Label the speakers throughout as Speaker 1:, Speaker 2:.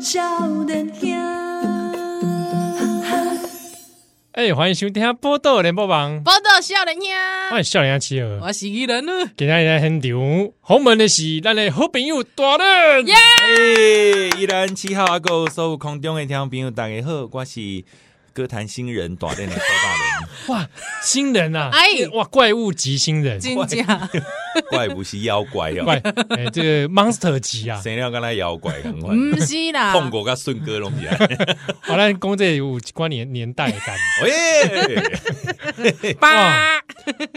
Speaker 1: 少年兄，
Speaker 2: 哎、欢迎收听《波豆联播网》，
Speaker 3: 报道少年兄，
Speaker 4: 哎
Speaker 2: 我是少年七儿。
Speaker 3: 我是伊人呢，
Speaker 2: 今天来现场，红门的是咱的好朋友大人。
Speaker 3: 耶！
Speaker 4: 嘿，哎依然七号阿狗，所有空中的听众朋友大家好，我是歌坛新人大练的高大
Speaker 2: 哇，新人啊！
Speaker 3: 哎
Speaker 2: 哇，怪物级新人，
Speaker 3: 真 假？
Speaker 4: 人，怪不是妖怪
Speaker 2: 怪
Speaker 4: 哦，
Speaker 2: 哎、这个 monster 级 啊！
Speaker 4: 谁料跟他妖怪同款，
Speaker 3: 唔是啦，
Speaker 4: 碰过跟顺哥拢啊起来，
Speaker 2: 好，咱讲这有一关年年代感，
Speaker 4: 喂，
Speaker 3: 八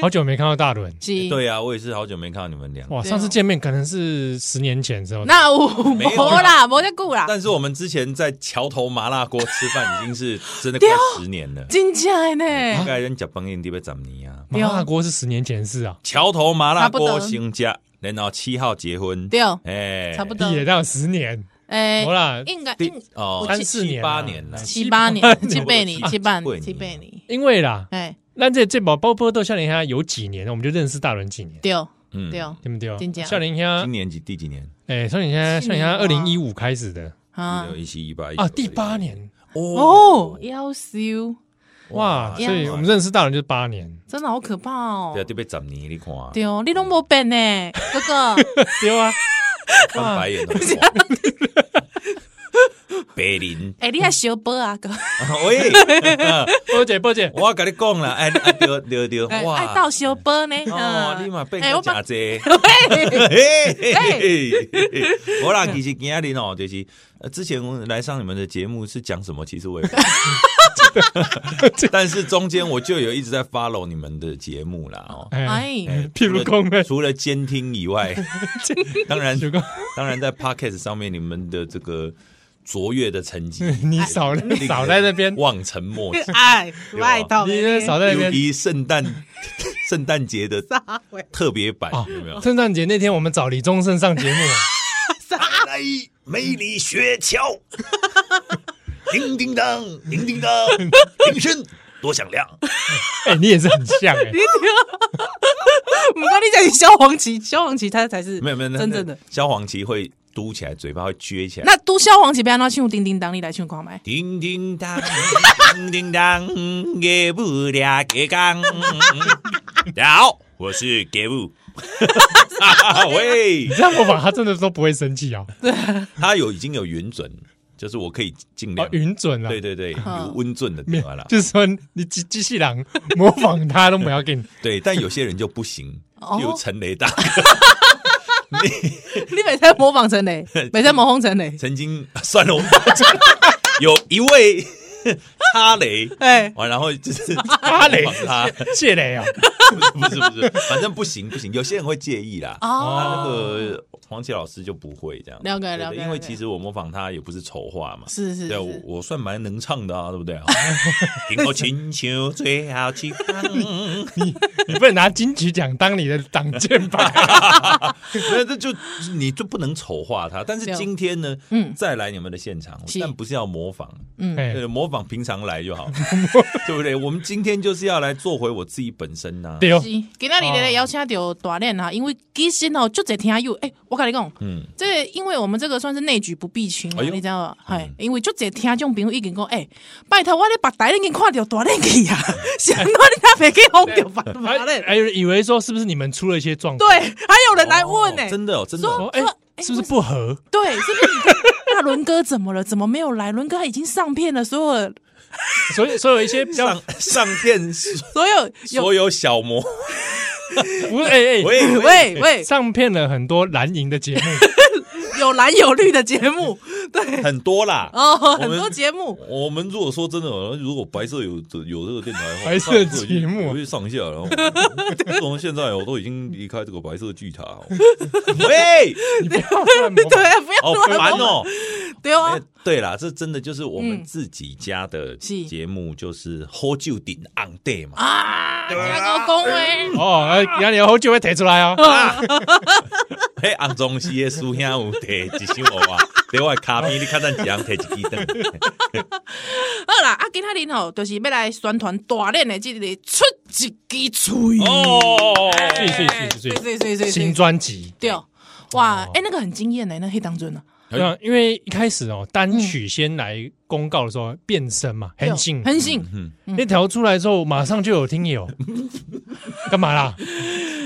Speaker 2: 好久没看到大伦。
Speaker 3: 是，
Speaker 4: 哦对啊，我也是好久没看到你们俩，
Speaker 2: 哇，
Speaker 3: 对哦
Speaker 2: 上次见面可能是十年前时候。
Speaker 3: 那有
Speaker 4: 没有
Speaker 3: 无啦，无在顾啦，
Speaker 4: 但是我们之前在桥头麻辣锅吃饭，已经是真的快十年了，
Speaker 3: 真假的
Speaker 4: 大
Speaker 3: 呢？
Speaker 4: 概人脚崩硬地被怎么尼啊？
Speaker 2: 麻辣锅是十年前的事啊，
Speaker 4: 桥头麻辣
Speaker 3: 差
Speaker 4: 锅
Speaker 3: 不多
Speaker 4: 新家，然后七号结婚，
Speaker 3: 对，
Speaker 4: 哎，
Speaker 3: 差不哎多
Speaker 2: 也。到十年，
Speaker 3: 诶
Speaker 2: 好，啦，
Speaker 3: 应该
Speaker 4: 第
Speaker 3: 应
Speaker 4: 哦
Speaker 3: 我
Speaker 2: 三四
Speaker 4: 七
Speaker 2: 年啊
Speaker 4: 八年了，
Speaker 3: 七八年、七八年、
Speaker 4: 啊
Speaker 3: 七八年、
Speaker 4: 七
Speaker 3: 七
Speaker 4: 八
Speaker 3: 八
Speaker 4: 年
Speaker 3: 年，
Speaker 2: 因为啦，
Speaker 3: 哎，
Speaker 2: 咱这这宝包波豆少年兄有几年，我们就认识大伦几年，
Speaker 3: 对
Speaker 4: 嗯
Speaker 3: 对哦
Speaker 2: 对不对
Speaker 3: 真？的
Speaker 2: 少年
Speaker 4: 今
Speaker 2: 兄，
Speaker 4: 年几第几年？
Speaker 2: 哎，少年兄，少年兄，二
Speaker 3: 去年
Speaker 2: 零
Speaker 3: 啊
Speaker 2: 一五开始的
Speaker 3: 啊
Speaker 4: 一，七一八
Speaker 2: 啊，第八年，
Speaker 3: 哦，要修，
Speaker 2: 哇，
Speaker 3: 哇
Speaker 2: 所以我们认识大伦就是八年，
Speaker 3: 真的好可怕
Speaker 4: 对
Speaker 3: 哦。
Speaker 4: 啊，啊得被十年你看，
Speaker 3: 对，你拢无变呢，哥 哥，
Speaker 2: 对啊，
Speaker 4: 翻白 眼都白灵，
Speaker 3: 哎，你还小宝啊哥，
Speaker 4: 喂，
Speaker 2: 波姐波姐，
Speaker 4: 我跟你讲啦，哎，啊对对对，
Speaker 3: 哎
Speaker 4: 哇，
Speaker 3: 爱到小宝呢，
Speaker 4: 哦，你嘛变
Speaker 3: 哎
Speaker 4: 个
Speaker 3: 我
Speaker 4: 假
Speaker 3: 把
Speaker 4: 济，
Speaker 3: 嘿
Speaker 4: 嘿嘿嘿
Speaker 3: 哎
Speaker 4: 嘿我啦，其实今天哦，就是呃之前我来上你们的节目是讲什么，其实我 也不知道，但是中间我就有一直在 follow 你们的节目啦，哦，
Speaker 2: 哎，
Speaker 3: 哎，
Speaker 4: 哎
Speaker 2: 譬如讲呢
Speaker 4: 除了监听以外，当然
Speaker 2: 如讲
Speaker 4: 当然在 podcast 上面你们的这个卓越的成绩，
Speaker 2: 你少你少在那边，
Speaker 4: 望尘莫及。
Speaker 3: 哎，外头
Speaker 2: 你这少在那
Speaker 4: 尤
Speaker 2: 边。
Speaker 4: 其圣诞圣诞节的特别版
Speaker 2: 哦
Speaker 4: 有没有？
Speaker 2: 圣诞节那天我们找李宗盛上节目，啊
Speaker 4: 来梅里雪橇，叮叮当，叮叮当，铃声多响亮。
Speaker 2: 哎、你也是很像哎、
Speaker 3: 我们刚你讲你萧煌奇，萧煌奇他才是
Speaker 4: 没有没有，那
Speaker 3: 真正的。
Speaker 4: 那萧煌奇会嘟起来，嘴巴会撅起来。
Speaker 3: 那都萧煌奇不要拿去用叮叮当，你来去看 麦。
Speaker 4: 叮叮当，叮叮当，给不俩给刚。大家好，我是给 不。喂
Speaker 2: 你，这样模仿他真的都不会生气啊，
Speaker 4: 他有已经有云准，就是我可以尽量
Speaker 2: 哦，。云准了，
Speaker 4: 对对对，
Speaker 3: 嗯
Speaker 4: 有温准的
Speaker 2: 没
Speaker 4: 对
Speaker 2: 有
Speaker 4: 吧啦？
Speaker 2: 就是说你机机器狼 模仿他都不要给你，
Speaker 4: 对，但有些人就不行，
Speaker 3: 哦
Speaker 4: 例如陈雷大哥
Speaker 3: 你每天模仿陈 磊，每天模仿陈磊。
Speaker 4: 曾经算了， 我们不要讲有一位哈雷，
Speaker 3: 哎，
Speaker 4: 完然后就是
Speaker 2: 哈雷
Speaker 4: 他，
Speaker 2: 谢雷啊，
Speaker 4: 不是不是不是，反正不行不行，有些人会介意啦。
Speaker 3: 哦，
Speaker 4: 呃那个黄绮老师就不会这样，
Speaker 3: 了解
Speaker 4: 对
Speaker 3: 了
Speaker 4: 对
Speaker 3: 解
Speaker 4: 因为
Speaker 3: 了解
Speaker 4: 其实我模仿他也不是丑话嘛，
Speaker 3: 是是
Speaker 4: 对啊，我
Speaker 3: 是，
Speaker 4: 我算蛮能唱的啊，对 不对啊？听我请求最好去 放，
Speaker 2: 你不能拿金曲奖当你的挡箭牌，
Speaker 4: 那这就你就不能丑化他。但是
Speaker 3: 对
Speaker 4: 今天呢，
Speaker 3: 嗯
Speaker 4: 再来你们的现场，
Speaker 3: 是嗯
Speaker 4: 但不是要模仿，
Speaker 2: 哎、
Speaker 4: 呃，模仿平常来 就好，对不对？我们今天就是要来做回我自己本身呐、
Speaker 2: 对哦
Speaker 3: 是，今天你来邀请到大练啊，因为其实哦，就这听友，哎，我跟你讲，
Speaker 4: 嗯，
Speaker 3: 这因为我们这个算是内举不避亲嘛，
Speaker 4: 哎呦
Speaker 3: 你知道吧？哎，因为就这听众朋友已经讲，哎，拜托我咧把大练已经看到大练去 啊，想到你他没去哄掉吧？
Speaker 2: 还
Speaker 3: 大
Speaker 4: 哎
Speaker 3: 练，
Speaker 2: 还哎以为说是不是你们出了一些状况，
Speaker 3: 对，还有人来问呢
Speaker 4: 哦，真的哦，真的
Speaker 2: 说
Speaker 4: 哦、
Speaker 2: 哎、
Speaker 3: 说哎
Speaker 2: 是不是不合？
Speaker 3: 对，是不是你？那伦哥怎么了？怎么没有来？伦哥已经上片了，所有
Speaker 2: 所以所以有一些比较
Speaker 4: 上上片
Speaker 3: 所有有
Speaker 4: 所有小 模，
Speaker 2: 不是哎哎。
Speaker 4: 喂
Speaker 3: 喂喂，
Speaker 2: 上片了很多蓝营的节目，
Speaker 3: 有蓝有绿的节目
Speaker 4: 很多啦。
Speaker 3: 哦，
Speaker 4: 我们
Speaker 3: 很多节目
Speaker 4: 我们如果说真的，如果白色有有这个电台的话，
Speaker 2: 白色节目
Speaker 4: 我去上一下， 然后自从现在我都已经离开这个白色巨塔 哦。喂，
Speaker 2: 你不要乱模仿。
Speaker 3: 对，不要
Speaker 4: 好烦
Speaker 3: 乱
Speaker 4: 哦！嗯
Speaker 3: 对啊
Speaker 4: 哎，对啦，这真的就是我们自己家的
Speaker 3: 是
Speaker 4: 节目，就是喝酒顶 on day 嘛。
Speaker 3: 啊，要公哎，
Speaker 2: 哦，呃杨柳好久会提出来哦。
Speaker 4: 嘿，红中西的书兄有提一首我 啊，对我的卡片你看咱一人提一支灯。
Speaker 3: 好啦，啊，今天日吼，就是要来宣传大练的这个出一支嘴
Speaker 4: 哦，
Speaker 2: 是是是是
Speaker 3: 对对对对，
Speaker 2: 新专辑，
Speaker 3: 哦
Speaker 2: 哦
Speaker 3: 对，哇，哎，那个很惊艳呢，那黑当真啊，
Speaker 2: 对啊，因为一开始哦，单曲先来公告的时候变声嘛，很紧，
Speaker 3: 哦很信，
Speaker 4: 嗯，
Speaker 2: 那条出来之后，马上就有听友，干嘛啦？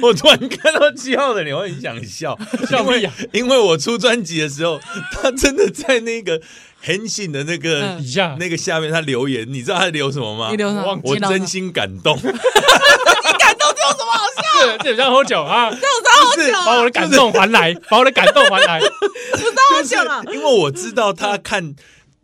Speaker 4: 我突然看到七号的脸，我很想笑，
Speaker 2: 笑屁呀！
Speaker 4: 因为我出专辑的时候， 他真的在那个很醒的那个、
Speaker 2: 以下
Speaker 4: 那个下面，他留言，你知道他留什么
Speaker 3: 嗯
Speaker 4: 吗
Speaker 3: 你？留上
Speaker 2: 我忘，
Speaker 4: 我
Speaker 3: 你留
Speaker 4: 真
Speaker 3: 上，
Speaker 4: 心感 动，
Speaker 3: 你感动这有什么好笑？
Speaker 2: 这这像喝酒啊，
Speaker 4: 不是
Speaker 2: 把我的感动还来，把我的感动还来。
Speaker 3: 不知道好笑
Speaker 4: 因为我知道他看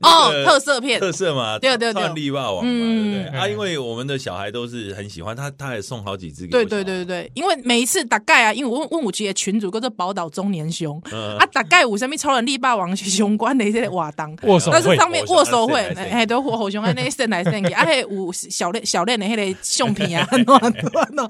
Speaker 3: 哦
Speaker 4: 那，个
Speaker 3: 特色片，
Speaker 4: 特色嘛，
Speaker 3: 对啊对对
Speaker 4: 算力霸王嘛，对
Speaker 3: 嗯
Speaker 4: 不对？啊，
Speaker 2: 嗯
Speaker 4: 因为我们的小孩都是很喜欢他，他也送好几只给我
Speaker 3: 对
Speaker 4: 小
Speaker 3: 对
Speaker 4: 孩
Speaker 3: 对对对，因为每一次大概啊，因为我问问有一个群主叫做宝岛中年兄
Speaker 4: 嗯
Speaker 3: 啊，大概有啥物超人力霸王相关的一些活动。
Speaker 2: 握手
Speaker 3: 但是
Speaker 2: 会，
Speaker 3: 上面
Speaker 4: 手会
Speaker 3: 握手会
Speaker 4: 握手，会
Speaker 3: 哎，都互相安尼伸来伸去，啊，还有小练小练的迄个相片啊，乱乱哦，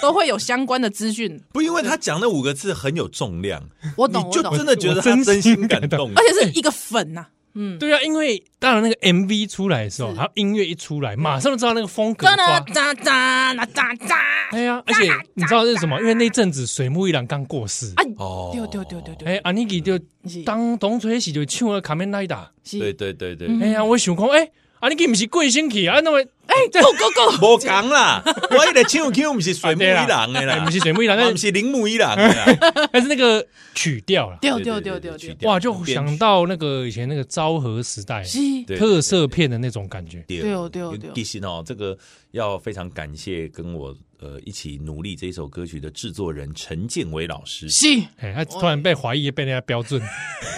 Speaker 3: 都会有相关的资讯。
Speaker 4: 不，因为他讲那五个字很有重量，
Speaker 3: 我
Speaker 4: 你
Speaker 3: 懂，我
Speaker 4: 就
Speaker 3: 懂
Speaker 4: 真，的觉得
Speaker 2: 我
Speaker 4: 他
Speaker 2: 真
Speaker 4: 真
Speaker 2: 心
Speaker 4: 心感
Speaker 2: 感
Speaker 4: 动。
Speaker 3: 而且是一个粉呐，嗯，
Speaker 2: 对啊，因为当然那个 MV 出来的时候，
Speaker 3: 是嗯
Speaker 2: 它音乐一出来，马上就知道那个风格
Speaker 3: 哒啦
Speaker 2: 哇。
Speaker 3: 哒哒啦哒哒，
Speaker 2: 哎呀，而且你知道是什么？因为那阵子水木一郎刚过世，
Speaker 3: 啊
Speaker 4: 哦
Speaker 3: 对对对对
Speaker 2: 哎
Speaker 3: 对，，
Speaker 2: 阿尼基就是当董吹喜就唱了《卡面拉达
Speaker 3: 是
Speaker 4: 对对对对》。，
Speaker 3: 嗯
Speaker 2: 哎呀，我想讲，哎，阿尼基不是贵星去啊？那么哎，对，
Speaker 3: ，Go Go Go，
Speaker 4: 我讲 啦，我迄个唱 Q 不是水木一郎的
Speaker 2: 哎
Speaker 4: 啦，
Speaker 2: 不是水木一 郎，
Speaker 4: 啊，
Speaker 2: 但
Speaker 4: 不
Speaker 2: 是
Speaker 4: 是铃木一郎的啦，
Speaker 2: 但是那个曲调啦，
Speaker 3: 对
Speaker 4: 对
Speaker 3: 对对
Speaker 4: 对对
Speaker 3: 对
Speaker 4: 对
Speaker 3: 对
Speaker 4: 去，
Speaker 2: 哇，就想到那个以前那个昭和时代
Speaker 3: 是，
Speaker 4: 对
Speaker 2: 特色片的那种感觉。
Speaker 4: 对
Speaker 3: 对哦对哦对哦
Speaker 4: 其实哦，这个要非常感谢跟我呃一起努力这首歌曲的制作人陈建伟老师。
Speaker 3: 是，
Speaker 2: 哎，他突然被怀疑被人家标准，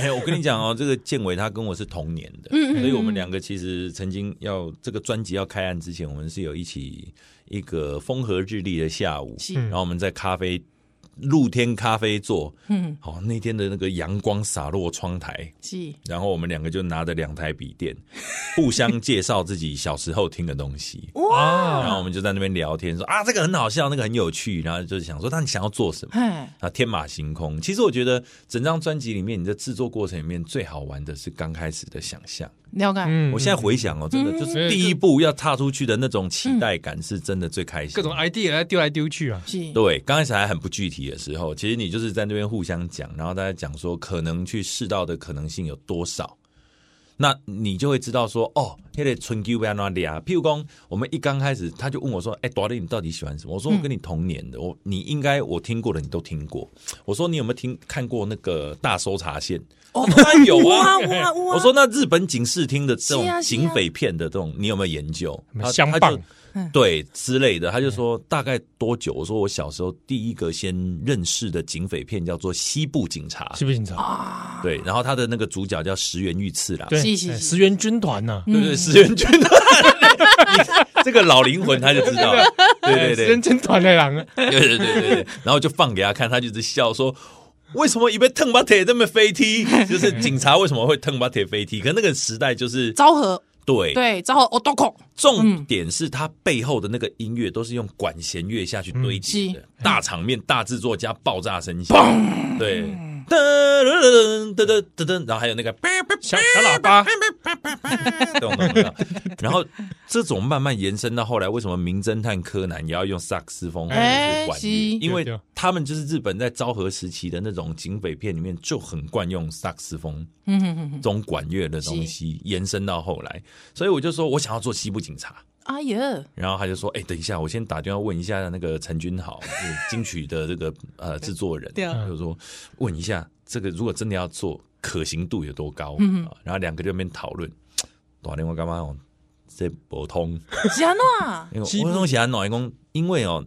Speaker 4: 哎，我跟你讲哦，这个建伟他跟我是同年的，
Speaker 3: 嗯嗯
Speaker 4: 所以我们两个其实曾经要这个专辑要开案之前，我们是有一起一个风和日丽的下午，
Speaker 3: 是
Speaker 4: 然后我们在咖啡露天咖啡座，
Speaker 3: 嗯，
Speaker 4: 哦，那天的那个阳光洒落窗台，
Speaker 3: 是，
Speaker 4: 然后我们两个就拿着两台笔电， 互相介绍自己小时候听的东西。
Speaker 2: 哇
Speaker 4: 然后我们就在那边聊天，说啊，这个很好笑，那个很有趣，然后就是想说，那你想要做什么？
Speaker 3: 哎，
Speaker 4: 啊，天马行空。其实我觉得整张专辑里面，你的制作过程里面最好玩的是刚开始的想象。
Speaker 3: 了解，
Speaker 2: 嗯
Speaker 4: 我现在回想哦，真的就是第一步要踏出去的那种期待感，是真的最开心。
Speaker 2: 嗯各种 idea 来丢来丢去啊，
Speaker 3: 是，
Speaker 4: 对，刚开始还很不具体的时候，其实你就是在那边互相讲，然后大家讲说可能去试到的可能性有多少，那你就会知道说哦，那个春秋要哪里啊？譬如讲，我们一刚开始他就问我说：“哎、朵丽，你到底喜欢什么？”我
Speaker 3: 嗯
Speaker 4: 说：“我跟你同年的，我你应该我听过的你都听过。”我说：“你有没有听看过那个大搜查线？”哦，当然 有
Speaker 3: 哇
Speaker 4: 啊。
Speaker 3: 哇
Speaker 4: 我说那日本警视厅的这种
Speaker 3: 是啊是啊
Speaker 4: 警匪片的这种，你有没有研究？他
Speaker 2: 相
Speaker 4: 他就
Speaker 2: 棒
Speaker 4: 嗯对之类的，他就说大概多久？我说我小时候第一个先认识的警匪片叫做《西部警察
Speaker 2: 是》，不是警察？
Speaker 4: 对，然后他的那个主角叫石原裕次郎，
Speaker 2: 对，
Speaker 3: 啊是是
Speaker 2: 哎
Speaker 3: 是
Speaker 2: 石原军团呐，
Speaker 4: 对对，石原军团，你 这个老灵魂他就知道了，
Speaker 3: 哎
Speaker 4: 对
Speaker 2: 石
Speaker 4: 对
Speaker 2: 原军团的人，
Speaker 4: 对对对对对对，然后就放给他看，他就一直笑说。为什么一被腾巴铁这么飞踢？就是警察为什么会腾巴铁飞踢？可那个时代就是
Speaker 3: 昭和，
Speaker 4: 对
Speaker 3: 对，昭和哦 o d o k
Speaker 2: 嗯
Speaker 4: 重点是它背后的那个音乐都是用管弦乐下去堆积
Speaker 2: 嗯
Speaker 4: 的，大场面、大制作加爆炸声响，对，
Speaker 2: 嗯
Speaker 4: 噔噔噔噔噔噔，然后还有那个
Speaker 2: 小小喇叭，
Speaker 4: 咚咚咚，然后 这种慢慢延伸到后来，为什么名侦探柯南也要用萨克斯风或者是管
Speaker 3: 哎是
Speaker 4: 乐？因为
Speaker 2: 对对
Speaker 4: 他们就是日本在昭和时期的那种警匪片里面就很惯用萨克斯风
Speaker 3: 嗯哼哼哼，
Speaker 4: 这种管乐的东西延伸到后来，所以我就说我想要做西部警察。
Speaker 3: 哎呀，
Speaker 4: 然后他就说：“哎、等一下，我先打电话问一下那个陈君豪， 就是金曲的这个呃制作人，
Speaker 3: 对啊
Speaker 4: 他就说问一下这个如果真的要做，可行度有多高？
Speaker 3: 嗯
Speaker 4: 啊然后两个就在那边讨论，打电话干嘛？这不通，
Speaker 3: 是安怎？
Speaker 4: 因为
Speaker 2: 西部
Speaker 4: 我东西还脑一公，因为哦，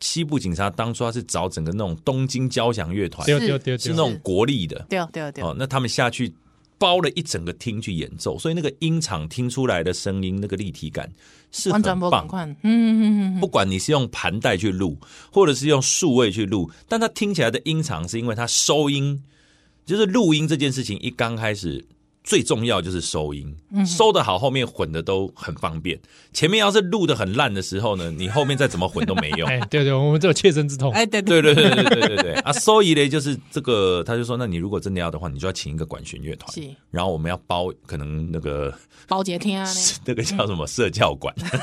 Speaker 4: 西部警察当初他是找整个那种东京交响乐团，
Speaker 2: 丢
Speaker 4: 是
Speaker 3: 是
Speaker 2: 丢丢
Speaker 3: 是
Speaker 4: 那
Speaker 2: 丢，
Speaker 4: 种国立的，
Speaker 3: 对对啊对，啊
Speaker 4: 哦，那他们下去包了一整个厅去演奏，所以那个音场听出来的声音，那个立体感是
Speaker 3: 完
Speaker 4: 很
Speaker 3: 全不
Speaker 4: 棒
Speaker 3: 同。款，嗯嗯嗯
Speaker 4: 不管你是用盘带去录，或者是用数位去录，但它听起来的音场是因为它收音，就是录音这件事情一刚开始最重要就是收音，收的好，后面混的都很方便。前面要是录的很烂的时候呢，你后面再怎么混都没 用。
Speaker 2: 哎，对对，我们这有切身之痛
Speaker 3: 嗯，，哎对对
Speaker 4: 哦对对对对对对对啊！收益嘞，就是这个，他就说，那你如果真的要的话，你就要请一个管弦乐团
Speaker 3: 是，
Speaker 4: 然后我们要包可能那个
Speaker 3: 包姐听啊呢，
Speaker 4: 那个叫什么社教馆，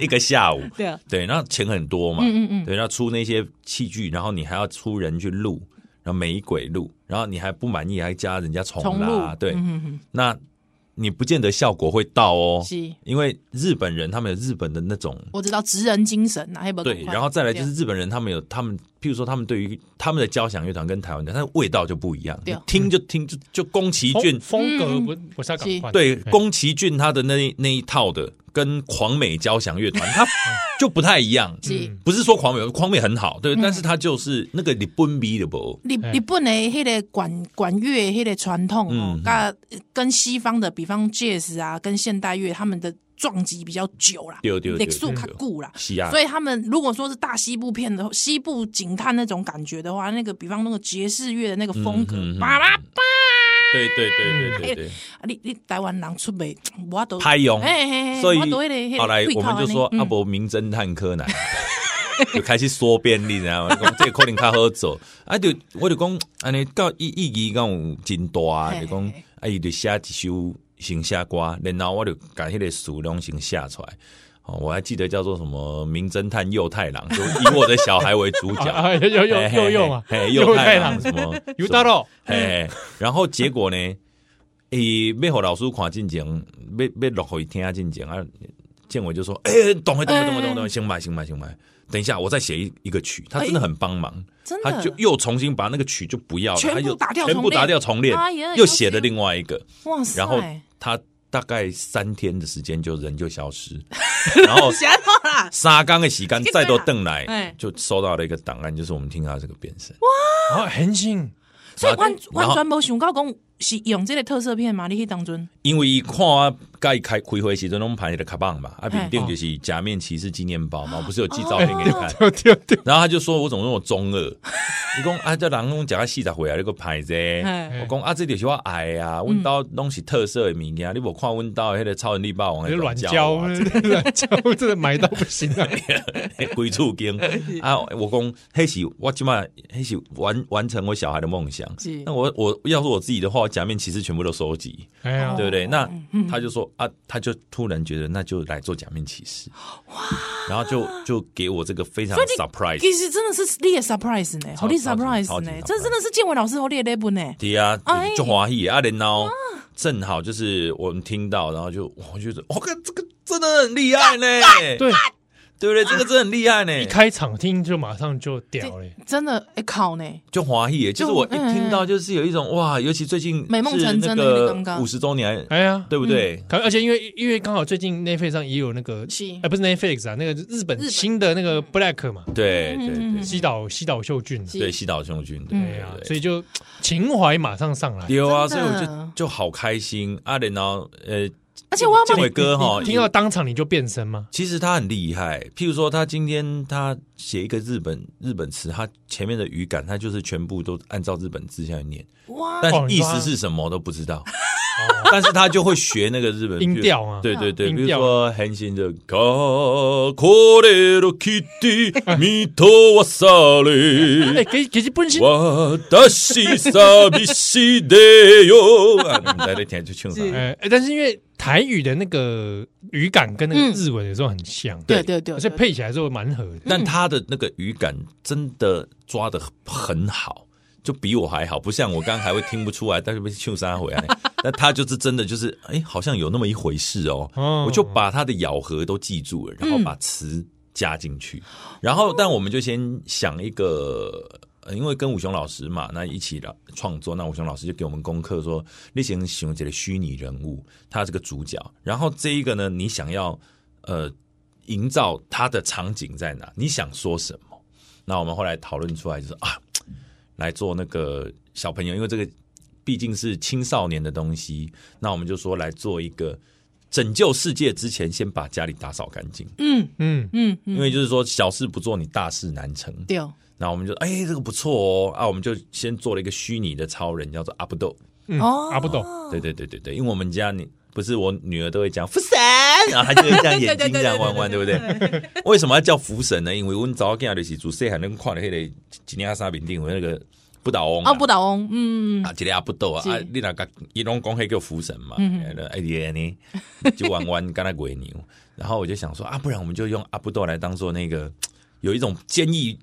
Speaker 4: 一个下午，
Speaker 3: 对啊，
Speaker 4: 对，那钱很多嘛，
Speaker 3: 嗯嗯嗯
Speaker 4: 对，要出那些器具，然后你还要出人去录，然后没鬼路，然后你还不满意还加人家重
Speaker 3: 重
Speaker 4: 拉，
Speaker 3: 录
Speaker 4: 对，
Speaker 3: 嗯哼哼
Speaker 4: 那你不见得效果会到哦，
Speaker 3: 是
Speaker 4: 因为日本人他们有日本的那种
Speaker 3: 我知道职人精神啊呐，还有
Speaker 4: 对，然后再来就是日本人，他们有他们，譬如说他们对于他们的交响乐团跟台湾的，它的味道就不一样，
Speaker 3: 对嗯
Speaker 4: 你听就听就就宫崎骏
Speaker 2: 风，风格不不是要赶快
Speaker 4: 对宫崎骏他的那那一套的跟狂美交响乐团，他就不太一 样。
Speaker 3: 是
Speaker 4: 不是说狂美，狂美很好，
Speaker 3: 嗯
Speaker 4: 对，但是他就是那个你奔逼的不？
Speaker 3: 日
Speaker 2: 哎
Speaker 3: 日本的迄个管管乐迄个传统哦
Speaker 4: 嗯，
Speaker 3: 甲跟西方的，比方 jazz 啊，跟现代乐他们的撞击比较久啦，
Speaker 4: 对对对
Speaker 3: 历史较久啦。
Speaker 4: 西亚
Speaker 3: 所以他们如果说是大西部片的西部警探那种感觉的话，那个比方那个爵士乐的那个风格
Speaker 4: 嗯嗯嗯，
Speaker 3: 巴拉啊
Speaker 4: 对对对对对对，
Speaker 3: 你你台湾人出袂，我都
Speaker 4: 拍用
Speaker 3: 哎嘿嘿嘿
Speaker 4: 所以
Speaker 3: 我都那个那个
Speaker 4: 后来
Speaker 3: 对
Speaker 4: 我
Speaker 3: 口嗯
Speaker 4: 们就说啊
Speaker 3: 安尼
Speaker 4: 阿伯名侦探柯南。 就开始缩编，你知道吗？讲这个可能较好做，啊，就我就讲，安尼到意意义讲有真大，
Speaker 3: 嘿
Speaker 4: 就讲
Speaker 3: 嘿嘿
Speaker 4: 啊，伊就写一首先写歌，然后我就把迄个词拢先写出来。哦，我还记得叫做什么《名侦探幼太郎》，就以我的小孩为 主角，
Speaker 2: 啊，又又
Speaker 4: 哎
Speaker 2: 又又又嘛
Speaker 4: 嘿，嘿，
Speaker 2: 又
Speaker 4: 幼
Speaker 2: 太
Speaker 4: 太
Speaker 2: 郎
Speaker 4: 郎 什么
Speaker 2: 有大佬，
Speaker 4: 哎，然后结果呢，诶，要互老师看进前，要要落互伊听进前啊，建伟就说：“哎、懂了，懂了，懂了，懂了懂
Speaker 3: 哎
Speaker 4: 了，先买，先买，先买。等一下，我再写一一个曲。”他真的很帮忙，
Speaker 3: 哎真
Speaker 4: 他就
Speaker 3: 的
Speaker 4: 又重新把那个曲就不要了，
Speaker 3: 全部
Speaker 4: 他又
Speaker 3: 打掉重练
Speaker 4: 全部打掉重练
Speaker 3: 哎呀，
Speaker 4: 又写了另外一个。
Speaker 3: 哇塞，
Speaker 4: 然后他大概三天的时间，就人就 消失，然后
Speaker 3: 写好啦，
Speaker 4: 沙缸的洗干再多邓来
Speaker 3: 哎，
Speaker 4: 就收到了一个档案，就是我们听到这个变声。
Speaker 2: 啊，很 近，
Speaker 3: 所以完
Speaker 4: 然
Speaker 3: 完
Speaker 4: 后
Speaker 3: 全无想到讲是用这个特色片嘛，你去当中
Speaker 4: 因为伊看我甲伊开开会时阵拢拍伊的卡棒嘛，啊，面顶就是假面骑士纪念包嘛，我不是有寄照片给你看，
Speaker 2: 对对对，
Speaker 4: 然后他就说我怎么那么中二，伊讲啊，这人拢食到四十啊回来那个牌子，
Speaker 3: 哎
Speaker 4: 我讲啊，这就是我爱啊，阮兜拢是特色的物件，你无看阮兜迄个超人力霸王
Speaker 2: 我
Speaker 4: 的
Speaker 2: 就软胶，
Speaker 4: 胶，啊
Speaker 2: 软胶 真的买到不行啊，
Speaker 4: 鬼畜 经啊，我讲迄是我即码迄是完完成我小孩的梦想
Speaker 3: 是，
Speaker 4: 那我我要是我自己的话，我假面骑士全部都收集。
Speaker 2: 哎呀
Speaker 3: 哦
Speaker 4: 对不对？那他就说啊，他就突然觉得那就来做假面骑士，然后就就给我这个非常
Speaker 3: 所以你
Speaker 4: surprise
Speaker 3: 其实真的是你的 surprise 呢，好你的
Speaker 4: 哎超级超
Speaker 3: surprise
Speaker 4: 级
Speaker 3: 呢
Speaker 4: surprise，
Speaker 3: 这真的是建伟老师好你的 level 呢，
Speaker 4: 对啊
Speaker 3: 哎，
Speaker 4: 就华裔啊，然后正好就是我们听到，然后就我就觉得我看这个真的很厉害呢，
Speaker 2: 对，
Speaker 4: 对不对？这个真的很厉害呢，
Speaker 2: 一开场听就马上就屌嘞，
Speaker 3: 真的会考呢，
Speaker 4: 就华裔，就是我一
Speaker 3: 嗯
Speaker 4: 听到就是有一种哇，尤其最近
Speaker 3: 美梦成真的那个刚刚嗯
Speaker 4: 五十周年，
Speaker 2: 哎呀，
Speaker 4: 对不对？
Speaker 2: 可而且因为因为刚好最近 Netflix 上也有那个
Speaker 3: 是，
Speaker 2: 哎，不是 Netflix 啊，那个日本
Speaker 3: 本嗯
Speaker 2: 新的那个 Black 嘛，
Speaker 4: 对对
Speaker 3: 嗯嗯嗯
Speaker 4: 对
Speaker 2: 西岛西岛秀俊，
Speaker 3: 是
Speaker 4: 对，西岛兄君，对
Speaker 3: 嗯
Speaker 2: 哎
Speaker 4: 对
Speaker 2: 呀，
Speaker 4: 对。
Speaker 2: 所以就情怀马上上来。
Speaker 4: 有啊，所
Speaker 3: 真
Speaker 4: 以
Speaker 3: 的
Speaker 4: 我就就好开心啊！然后呃，
Speaker 3: 而且我要
Speaker 4: 建
Speaker 3: 帮
Speaker 4: 伟哥哈，
Speaker 2: 听到当场你就变身吗？
Speaker 4: 其实他很厉害。譬如说，他今天他写一个日本日本词，他前面的语感他就是全部都按照日本字下去念，
Speaker 3: 哇，
Speaker 4: 但
Speaker 2: 哦你
Speaker 4: 意
Speaker 2: 说他哦
Speaker 4: 思是什么都不知道。 但是他就会学那个日本
Speaker 2: 音调啊
Speaker 4: 对对对，
Speaker 2: 音
Speaker 4: 比
Speaker 2: 调
Speaker 4: 如说很新的「か これのキティ見とわさ
Speaker 2: 哎，
Speaker 4: れ
Speaker 2: 给给其本身
Speaker 4: 私寂しいでよ」 啊，你们在那天就唱啥？
Speaker 3: 是
Speaker 2: 哎、但是因为台语的那个语感跟那个日文有时候很像，
Speaker 3: 嗯对对对，
Speaker 2: 所以
Speaker 3: 对
Speaker 2: 配起来之后蛮合的。
Speaker 4: 但他的那个语感真的抓的很好，就比我还好，不像我刚刚还会听不出来，但是被秀三回来，那他就是真的就是，哎、好像有那么一回事哦，
Speaker 2: 哦
Speaker 4: 我就把他的咬合都记住了，然后把词加进去，然后但我们就先想一个。呃因为跟武雄老师嘛，那一起了创作，那武雄老师就给我们功课说，你先形容这个虚拟人物，他这个主角，然后这一个呢，你想要呃营造它的场景在哪？你想说什么？那我们后来讨论出来就是啊，来做那个小朋友，因为这个毕竟是青少年的东西，那我们就说来做一个拯救世界之前，先把家里打扫干净，
Speaker 3: 嗯
Speaker 2: 嗯，
Speaker 3: 嗯
Speaker 4: 因
Speaker 3: 嗯，
Speaker 4: 为就是说小事不做，你大事难成。
Speaker 3: 对，啊
Speaker 4: 那我们就哎，这个不错哦，啊，我们就先做了一个虚拟的超人，叫做阿布豆。
Speaker 2: 嗯
Speaker 3: 哦
Speaker 2: 阿不懂，
Speaker 4: 对对对对对，因为我们家你不是我女儿都会讲福神，然后她就会这样眼睛这样弯弯，对不对？为什么要叫福神呢？因为我们早起来就是做细汉那个看的那个吉尼亚沙饼店有那个不倒翁啊
Speaker 3: 哦不倒翁，嗯，
Speaker 4: 啊，一个阿不倒啊，
Speaker 3: 是嗯
Speaker 4: 啊，你那个伊拢讲迄叫福神嘛，哎爷呢 就弯弯跟他哦鬼牛，然后我就想说啊，不然我们就用阿不豆来当做那个有一种坚毅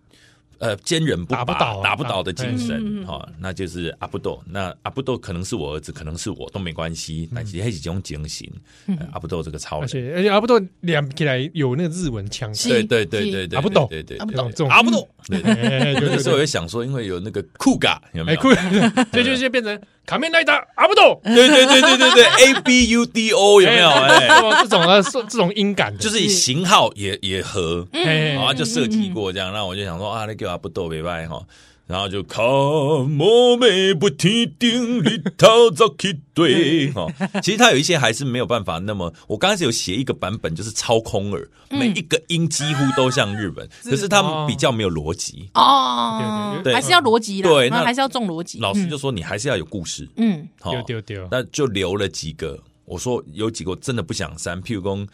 Speaker 4: 呃坚韧不
Speaker 2: 打不倒啊
Speaker 4: 打不倒的精
Speaker 3: 嗯嗯
Speaker 4: 神
Speaker 3: 嗯
Speaker 4: 哈、那就是阿布斗。那阿布斗可能是我儿子，可能是我都没关系，
Speaker 2: 嗯
Speaker 4: 但是他是种警醒。
Speaker 3: 嗯
Speaker 4: 呃阿布斗这个
Speaker 2: 而
Speaker 4: 超人，
Speaker 2: 且而且阿布多两起来有那个日文腔，
Speaker 3: 是
Speaker 4: 对对对对对，对
Speaker 2: 阿布斗
Speaker 4: 对对
Speaker 3: 阿
Speaker 4: 对
Speaker 3: 布
Speaker 2: 斗
Speaker 4: 对
Speaker 2: 这种
Speaker 4: 阿布斗。对对对
Speaker 2: 哎，对
Speaker 4: 那
Speaker 2: 对
Speaker 4: 时候我
Speaker 2: 对，
Speaker 4: 也想说，因为有那个酷嘎，有
Speaker 2: 哎
Speaker 4: 没有？
Speaker 2: 酷， 这就是变成卡面那达阿布多，
Speaker 4: 对对对对对对，A B U D O 有没 有？哎，
Speaker 2: 哇这种啊，这这种音感的，
Speaker 4: 就是哦型号也也合，
Speaker 2: 哎
Speaker 4: 然后就设计过这样，那我就想说啊，那给我不逗袂歹哈。然后就卡莫美不提定里头早起对哈，其实它有一些还是没有办法那么。我刚开始有写一个版本，就是超空耳，每一个音几乎都像日本，
Speaker 2: 嗯
Speaker 4: 可是他们比较没有逻辑。
Speaker 3: 哦
Speaker 2: 对对，对
Speaker 3: 还是要逻辑啦，
Speaker 4: 对
Speaker 3: 那
Speaker 4: 那
Speaker 3: 还是要重逻辑。
Speaker 4: 老师就说你还是要有故事，
Speaker 3: 嗯，
Speaker 4: 哈
Speaker 2: 哦丢丢丢，
Speaker 4: 那就留了几个。我说有几个我真的不想删，譬如说，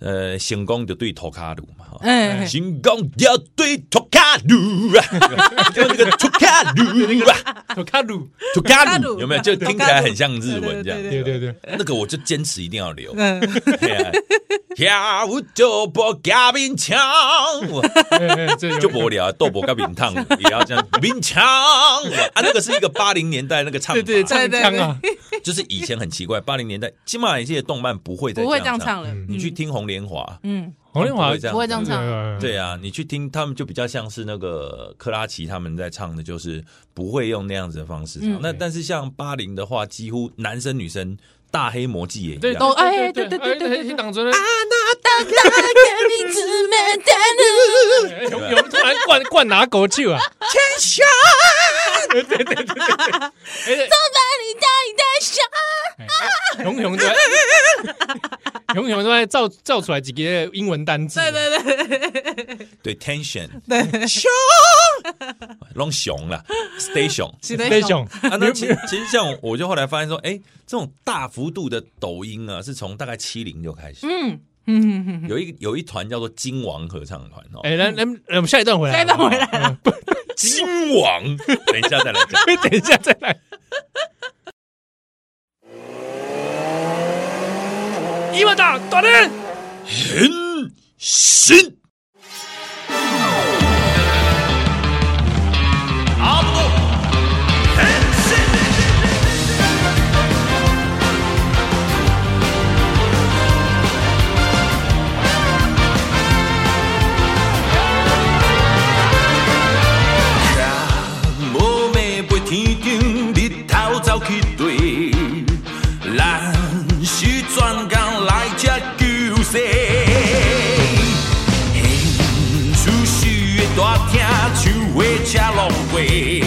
Speaker 4: 呃，行功就对头卡鲁嘛，哈
Speaker 3: 哎，嘿
Speaker 4: 行功要对托卡鲁啊，就那个托卡鲁啊，
Speaker 2: 我看鲁，
Speaker 4: 托
Speaker 3: 卡
Speaker 4: 卡
Speaker 3: 鲁
Speaker 4: 鲁有没有？就听起来很像日文这样。
Speaker 2: 对对 对，
Speaker 4: 那个我就坚持一定要留。
Speaker 3: 嗯，
Speaker 4: 下午就播嘉宾腔，
Speaker 2: 哎哎这有
Speaker 4: 就无聊，豆博嘉宾烫也要这样宾腔啊，那个是一个八零年代那个唱法
Speaker 2: 对，对
Speaker 3: 对
Speaker 2: 唱
Speaker 3: 对
Speaker 2: 腔啊，就是
Speaker 4: 就是以前很奇怪，八零年代起码一些动漫不会再
Speaker 3: 不会这样唱
Speaker 4: 唱。
Speaker 3: 了。
Speaker 4: 你去听红莲华，
Speaker 3: 嗯，
Speaker 2: 黄丽华
Speaker 4: 不会这样
Speaker 3: 不会这样唱。
Speaker 2: 呃
Speaker 4: 对啊，你去听他们就比较像是那个克拉奇他们在唱的，就是不会用那样子的方式唱。
Speaker 3: 嗯
Speaker 4: 那但是像八零的话，几乎男生女生大黑魔记也一
Speaker 2: 对
Speaker 4: 样。
Speaker 3: 都
Speaker 2: 哎
Speaker 3: 哎
Speaker 2: 对对对
Speaker 3: 对对对对
Speaker 2: 对
Speaker 3: 对
Speaker 2: 对，挡着了，哎有有
Speaker 3: 嗯
Speaker 2: 人突然 灌灌哪狗去 啊？
Speaker 4: 天下
Speaker 2: 哎哎熊熊都在， 熊熊都在造造出来几个英文单字，
Speaker 3: 对对对，
Speaker 4: 对 tension 对熊弄熊了 station
Speaker 3: 是
Speaker 2: 非
Speaker 3: 的
Speaker 2: 常，
Speaker 4: 啊，那其实其实像我就后来发现说，哎、这种大幅度的抖音啊，是从大概七零就开始，
Speaker 3: 嗯嗯嗯，嗯
Speaker 4: 有一有一团叫做金王合唱团哦，
Speaker 2: 哎，来来，来我们下一段回来，
Speaker 3: 再再回来了。
Speaker 4: 金王，等一下再来讲。
Speaker 2: 等一 下再 来。伊万大大人，
Speaker 4: 人心。无眠飞天顶，日头走去地，咱是专工来这救世。现出世的大厅，像火车浪费，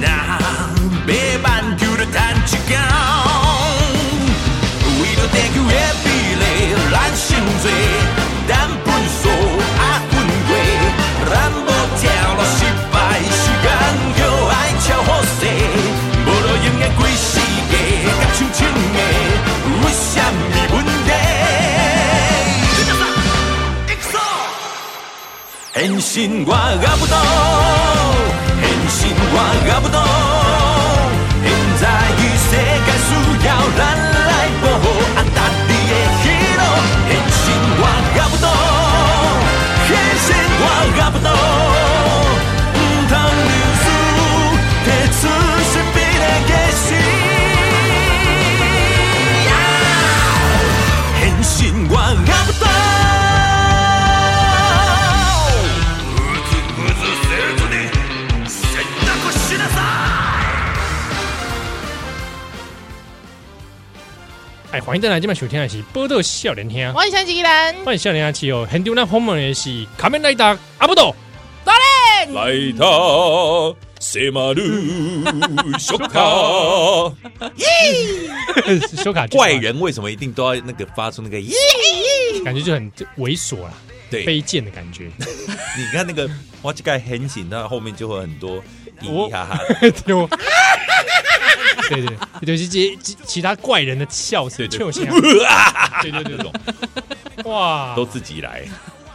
Speaker 4: 若要挽救着趁一天。为了地球的美丽，咱想做，咱分数啊分过，咱无跳落失败，时间叫爱超好势，无路用的规世界，甲像穿的，为什么问题？変身我がぶと変身我がぶと現在世界需要咱来保護あたりへヒーロー変身我がぶと変身我がぶとんたんにす鉄しびれげし変身我がぶとうずうずするとね洗濯しなさ
Speaker 2: 哎，欢迎再来，今晚收听的是《波特笑脸听》，
Speaker 3: 我很想起人，
Speaker 2: 欢迎笑脸阿七哦，很丢那后面的是《卡面雷达阿布 斗
Speaker 3: 多嘞，
Speaker 4: ライター迫るショッカー
Speaker 2: 修哎卡啊
Speaker 4: 怪，人为什么一定都要那个发出那个耶？
Speaker 2: 感觉就很猥琐啊啦，
Speaker 4: 对，
Speaker 2: 卑贱的感觉。
Speaker 4: 你看那个哇，这个很紧，那后面就会很多咿咿哈哈。
Speaker 2: 丢。 对对，就是这其其他怪人的笑声，
Speaker 4: 对对
Speaker 2: 就像 对对对
Speaker 4: 这种
Speaker 2: 哇，
Speaker 4: 都自己来，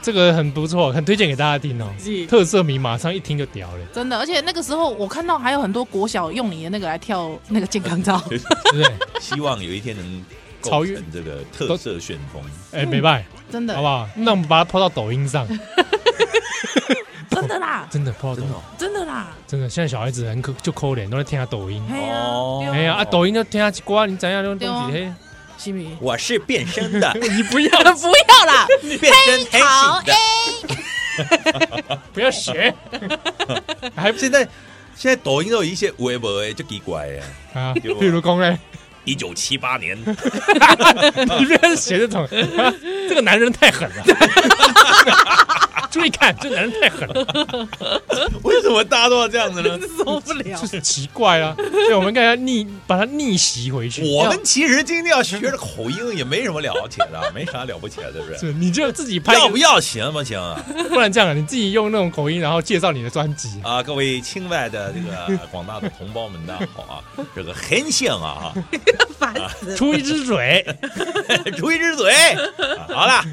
Speaker 2: 这个很不错，很推荐给大家听哦
Speaker 3: 是。
Speaker 2: 特色迷马上一听就屌了，
Speaker 3: 真的，而且那个时候我看到还有很多国小用你的那个来跳那个健康操，
Speaker 2: 对不对？
Speaker 4: 希望有一天能
Speaker 2: 超
Speaker 4: 构
Speaker 2: 越
Speaker 4: 成这个特色旋风。
Speaker 2: 哎，没办法，
Speaker 3: 真的
Speaker 2: 好不好？那我们把它抛到抖音上，
Speaker 3: 真的啦，
Speaker 2: 真的不知道怎
Speaker 4: 真的
Speaker 2: 么
Speaker 4: 哦，
Speaker 3: 真的啦，
Speaker 2: 真的现在小孩子很可就抠脸，都在听他抖音。
Speaker 3: 嘿
Speaker 4: 哦
Speaker 3: 呀，
Speaker 2: 哎
Speaker 3: 对
Speaker 2: 呀
Speaker 3: 啊
Speaker 2: 啊，抖音就听他瓜，你怎样用东西
Speaker 3: 对哦
Speaker 2: 嘿？
Speaker 3: 是不是？
Speaker 4: 我是变身的，
Speaker 2: 你不要
Speaker 3: 不要啦，
Speaker 4: 变身黑
Speaker 3: 好
Speaker 4: 型的。
Speaker 2: 不要 学
Speaker 4: 还现在现在抖音都有一些微博哎，就奇怪哎，
Speaker 2: 啊！
Speaker 4: 对啊
Speaker 2: 比如讲嘞，
Speaker 4: 一九七八 年，
Speaker 2: 你不要学这种， 啊这个男人太狠了。 注意看，这男人太狠了，
Speaker 4: 为什么大家都要这样子 呢？
Speaker 3: 受不了
Speaker 2: 就。是奇怪啊！所以我们应该要逆把他逆袭回去。
Speaker 4: 我们其实今天要学着口音也没什么了不起 的，没啥了不起的，对不对？
Speaker 2: 是你就自己拍一个，
Speaker 4: 要不要行不行啊？
Speaker 2: 不然这样，你自己用那种口音，然后介绍你的专 辑。
Speaker 4: 啊，各位亲外的这个广大的同胞们，大家好啊！这个很香啊，
Speaker 2: 出一只嘴，
Speaker 4: 出一只嘴，啊好 啦，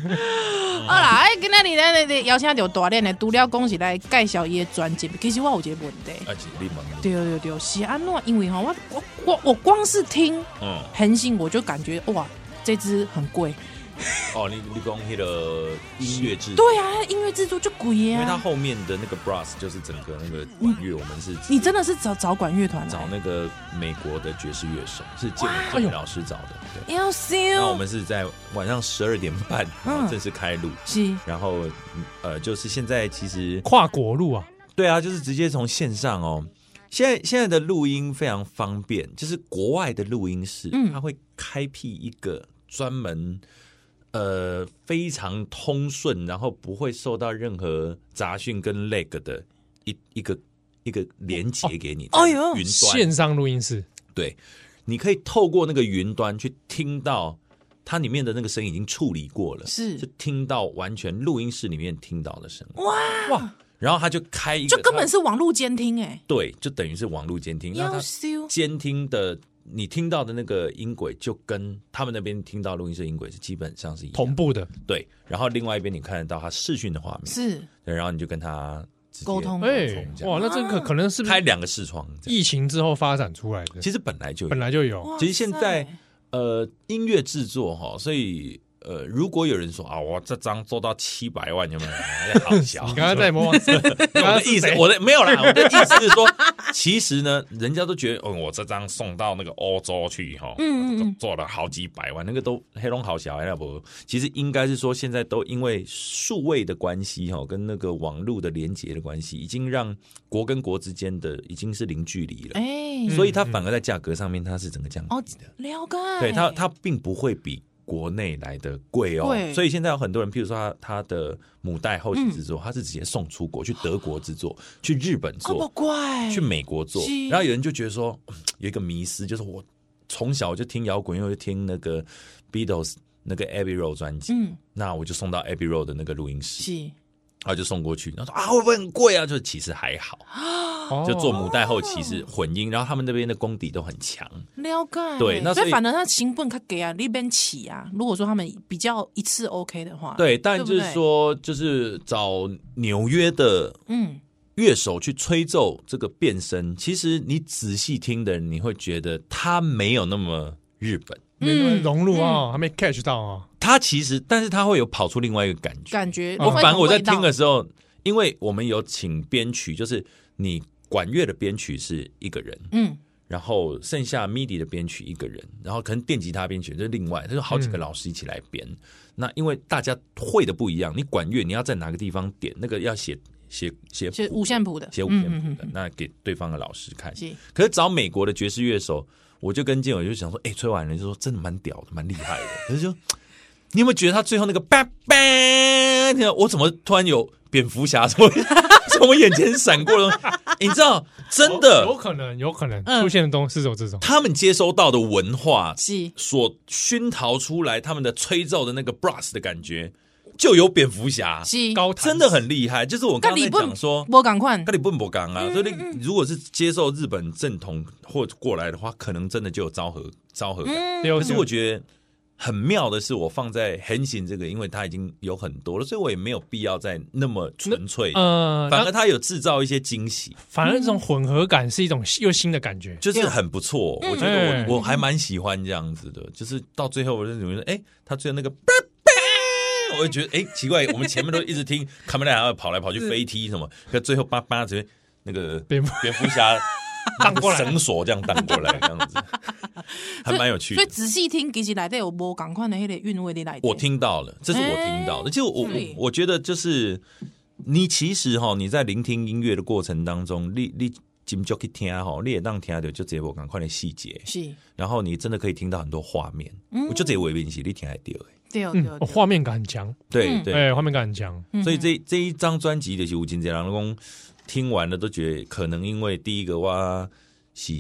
Speaker 3: 好啦，哎，今天咱咱咱邀请到大练的，除了讲是来介绍伊的专辑，其实我有一个问题。
Speaker 4: 啊，吉利蒙，
Speaker 3: 对对对，是安怎？因为哈，我我我我光是听
Speaker 4: 嗯，
Speaker 3: 恒星，我就感觉哇，这支很贵。
Speaker 4: 哦，你你讲那个音乐制作，
Speaker 3: 对啊，音乐制作就贵
Speaker 4: 因为它
Speaker 3: 啊。
Speaker 4: 后面的那个 brass 就是整个那个管乐，我们是
Speaker 3: 你真的是找找管乐团来啊
Speaker 4: 找那个美国的爵士乐手，是建
Speaker 2: 哎呦
Speaker 4: 建老师找的，对。
Speaker 3: 要
Speaker 4: 然后我
Speaker 3: 修
Speaker 4: 们是在晚上十二点半，
Speaker 3: 哎嗯
Speaker 4: 然后正式开录。
Speaker 3: 是
Speaker 4: 然后，嗯呃，就是现在其实
Speaker 3: 哦
Speaker 2: 跨国路啊，
Speaker 4: 对啊，就是直接从线上哦。现在现在的录音非常方便，就是国外的录音室，
Speaker 3: 嗯
Speaker 4: 它会开辟一个专门呃非常通顺，然后不会受到任何杂讯跟 lag 的一一个一个连接给你。
Speaker 3: 哎呦，
Speaker 4: 云端
Speaker 2: 线上录音室，
Speaker 4: 对，你可以透过那个云端去听到它里面的那个声音已经处理过了，就
Speaker 3: 是
Speaker 4: 听到完全录音室里面听到的声音，
Speaker 3: 哇，
Speaker 4: 然后它就开一个，
Speaker 3: 就根本是网络监听哎，
Speaker 4: 对，就等于是网络监听，那
Speaker 3: 要
Speaker 4: 它
Speaker 3: 修
Speaker 4: 监听的你听到的那个音轨，就跟他们那边听到录音室音轨是基本上是一样
Speaker 2: 同
Speaker 4: 的。
Speaker 2: 步的。
Speaker 4: 对，然后另外一边你看得到他视讯的画面，
Speaker 3: 是
Speaker 4: 对然后你就跟他直接
Speaker 3: 沟通
Speaker 2: 哎
Speaker 4: 这，样
Speaker 2: 哇，那这个
Speaker 3: 啊
Speaker 2: 可能是不
Speaker 4: 开
Speaker 2: 是
Speaker 4: 两个视窗这样。
Speaker 2: 疫情之后发展出来的？
Speaker 4: 其实本来就有
Speaker 2: 本来就有，
Speaker 3: 哇
Speaker 4: 其实现在
Speaker 3: 塞
Speaker 4: 呃音乐制作哈，所以呃如果有人说啊，我这张做到七百万有没有？哎好 小，
Speaker 2: 你刚刚在模仿谁，
Speaker 4: 我
Speaker 2: 刚刚
Speaker 4: 的
Speaker 2: 是
Speaker 4: 意思
Speaker 2: 谁，
Speaker 4: 我的没有啦，我的意思是说， 其实呢，人家都觉得，嗯，我这张送到那个欧洲去哈，
Speaker 3: 嗯嗯嗯
Speaker 4: 做了好几百万，那个都黑龙好小孩了不？其实应该是说，现在都因为数位的关系哈，跟那个网络的连接的关系，已经让国跟国之间的已经是零距离了，
Speaker 3: 哎，
Speaker 4: 所以
Speaker 2: 嗯
Speaker 4: 它反而在价格上面它是整个降
Speaker 3: 哦
Speaker 4: 低的，，
Speaker 3: 了解，
Speaker 4: 对它它并不会比。国内来的贵哦
Speaker 3: 贵，嗯
Speaker 4: 所以现在有很多人，譬如说他他的母带后期制作，他是直接送出国去德国制作，去日本
Speaker 3: 这么
Speaker 4: 做，
Speaker 3: 哦怪，
Speaker 4: 去美国做
Speaker 3: 是。
Speaker 4: 然后有人就觉得说，嗯有一个迷思，就是我从小就听摇滚，又听那个 Beatles 那个 Abbey Road 专辑，
Speaker 3: 嗯
Speaker 4: 那我就送到 Abbey Road 的那个录音室，
Speaker 3: 是
Speaker 4: 然后就送过去。然后说啊，会不会很贵啊？就其实还好，
Speaker 2: 哦
Speaker 4: 就做母带后期是混音，然后他们那边的功底都很强。
Speaker 3: 了解，
Speaker 4: 对那所
Speaker 3: 所
Speaker 4: 以
Speaker 3: 以反正他成本较低啊，那边起啊。如果说他们比较一次 OK 的话，，
Speaker 4: 对，但
Speaker 3: 不
Speaker 4: 就
Speaker 3: 对
Speaker 4: 是说，就是找纽约的
Speaker 3: 嗯，
Speaker 4: 乐手去吹奏这个变声，其实你仔细听的人，你会觉得他没有那么日本，
Speaker 3: 嗯
Speaker 2: 没那么融入啊，还没 catch 到啊。
Speaker 4: 他其实，但是他会有跑出另外一个感觉。
Speaker 3: 感觉
Speaker 2: 我
Speaker 4: 我
Speaker 3: 会
Speaker 4: 嗯反而我在听的
Speaker 3: 有
Speaker 4: 时候，因为我们有请编曲，就是你管乐的编曲是一个人，
Speaker 3: 味道，嗯，
Speaker 4: 然后剩下 MIDI 的编曲一个人，然后可能电吉他编曲就是另外，他就好几个老师一起来编。那因为大家会的不一样，你管乐你要在哪个地方点，那个要写写写
Speaker 3: 是
Speaker 4: 谱
Speaker 3: 五线谱的，
Speaker 4: 写五
Speaker 3: 嗯
Speaker 4: 线谱
Speaker 3: 嗯
Speaker 4: 的
Speaker 3: 嗯，
Speaker 4: 那给对方的老师看。
Speaker 3: 是
Speaker 4: 可是找美国的爵士乐手，我就跟建伟就想说，哎、吹完了就说真的蛮屌的，蛮厉害的。 可是就你有没有觉得他最后那个叭叭，你看我怎么突然有蝙蝠侠 从从我眼前闪过了？你知道，真
Speaker 2: 有有
Speaker 4: 的，
Speaker 2: 可能，有可能
Speaker 3: 嗯
Speaker 2: 出现的东西是有这种，
Speaker 4: 他们接收到的文化
Speaker 3: 是
Speaker 4: 所熏陶出来，他们的吹奏的那个 brass 的感觉，就有蝙蝠侠，
Speaker 3: 是，
Speaker 2: 高弹
Speaker 4: 真的很厉害。就是我刚刚在讲说，
Speaker 2: 嗯
Speaker 3: 我赶快
Speaker 4: 跟你不不刚啊，所以你如果是接受日本正统或过来的话，可能真的就有昭和昭和感。
Speaker 2: 对
Speaker 4: 可是我觉得很妙的是，我放在 h e n s i n 这个，因为它已经有很多了，所以我也没有必要再那么纯粹。
Speaker 2: 呃，
Speaker 4: 反
Speaker 2: 反
Speaker 4: 而嗯
Speaker 2: 而
Speaker 4: 它有制造一些惊喜，
Speaker 2: 反而这种混合感是一种又新的感觉，
Speaker 4: 就是很不错。我觉得
Speaker 2: 嗯
Speaker 4: 哎我我还蛮喜欢这样子的，就是到最后我就觉得，哎，他最后那个我就觉得哎、奇怪，我们前面都一直听 卡梅拉要跑来跑去飞踢什么，可最后叭叭直接那个
Speaker 2: 蝙蝠
Speaker 4: 蝙蝠侠
Speaker 2: 荡过来
Speaker 4: 绳索这样荡过来，这样 子还蛮有趣
Speaker 3: 所以
Speaker 4: 的。
Speaker 3: 仔细听，其实内底有无共款的迄个韵味伫内底。
Speaker 4: 我听到了，这是我听到
Speaker 3: 哎
Speaker 4: 的。就我我
Speaker 3: 对
Speaker 4: 我觉得就是你其实哈，你在聆听音乐的过程当中，你你金就去听哈，你也当听的就直接我赶快的细节，
Speaker 3: 是，
Speaker 4: 然后你真的可以听到很多画面。
Speaker 3: 嗯
Speaker 4: 我就直接我也是你听还丢哎，
Speaker 3: 对对
Speaker 2: 嗯，
Speaker 3: 对
Speaker 2: 哦画面感很强，
Speaker 4: 对
Speaker 3: 嗯
Speaker 4: 对，
Speaker 2: 哎，画面感很 强，
Speaker 4: 所以这这一张专辑的是吴金杰郎公听完了都觉得，可能因为第一个我是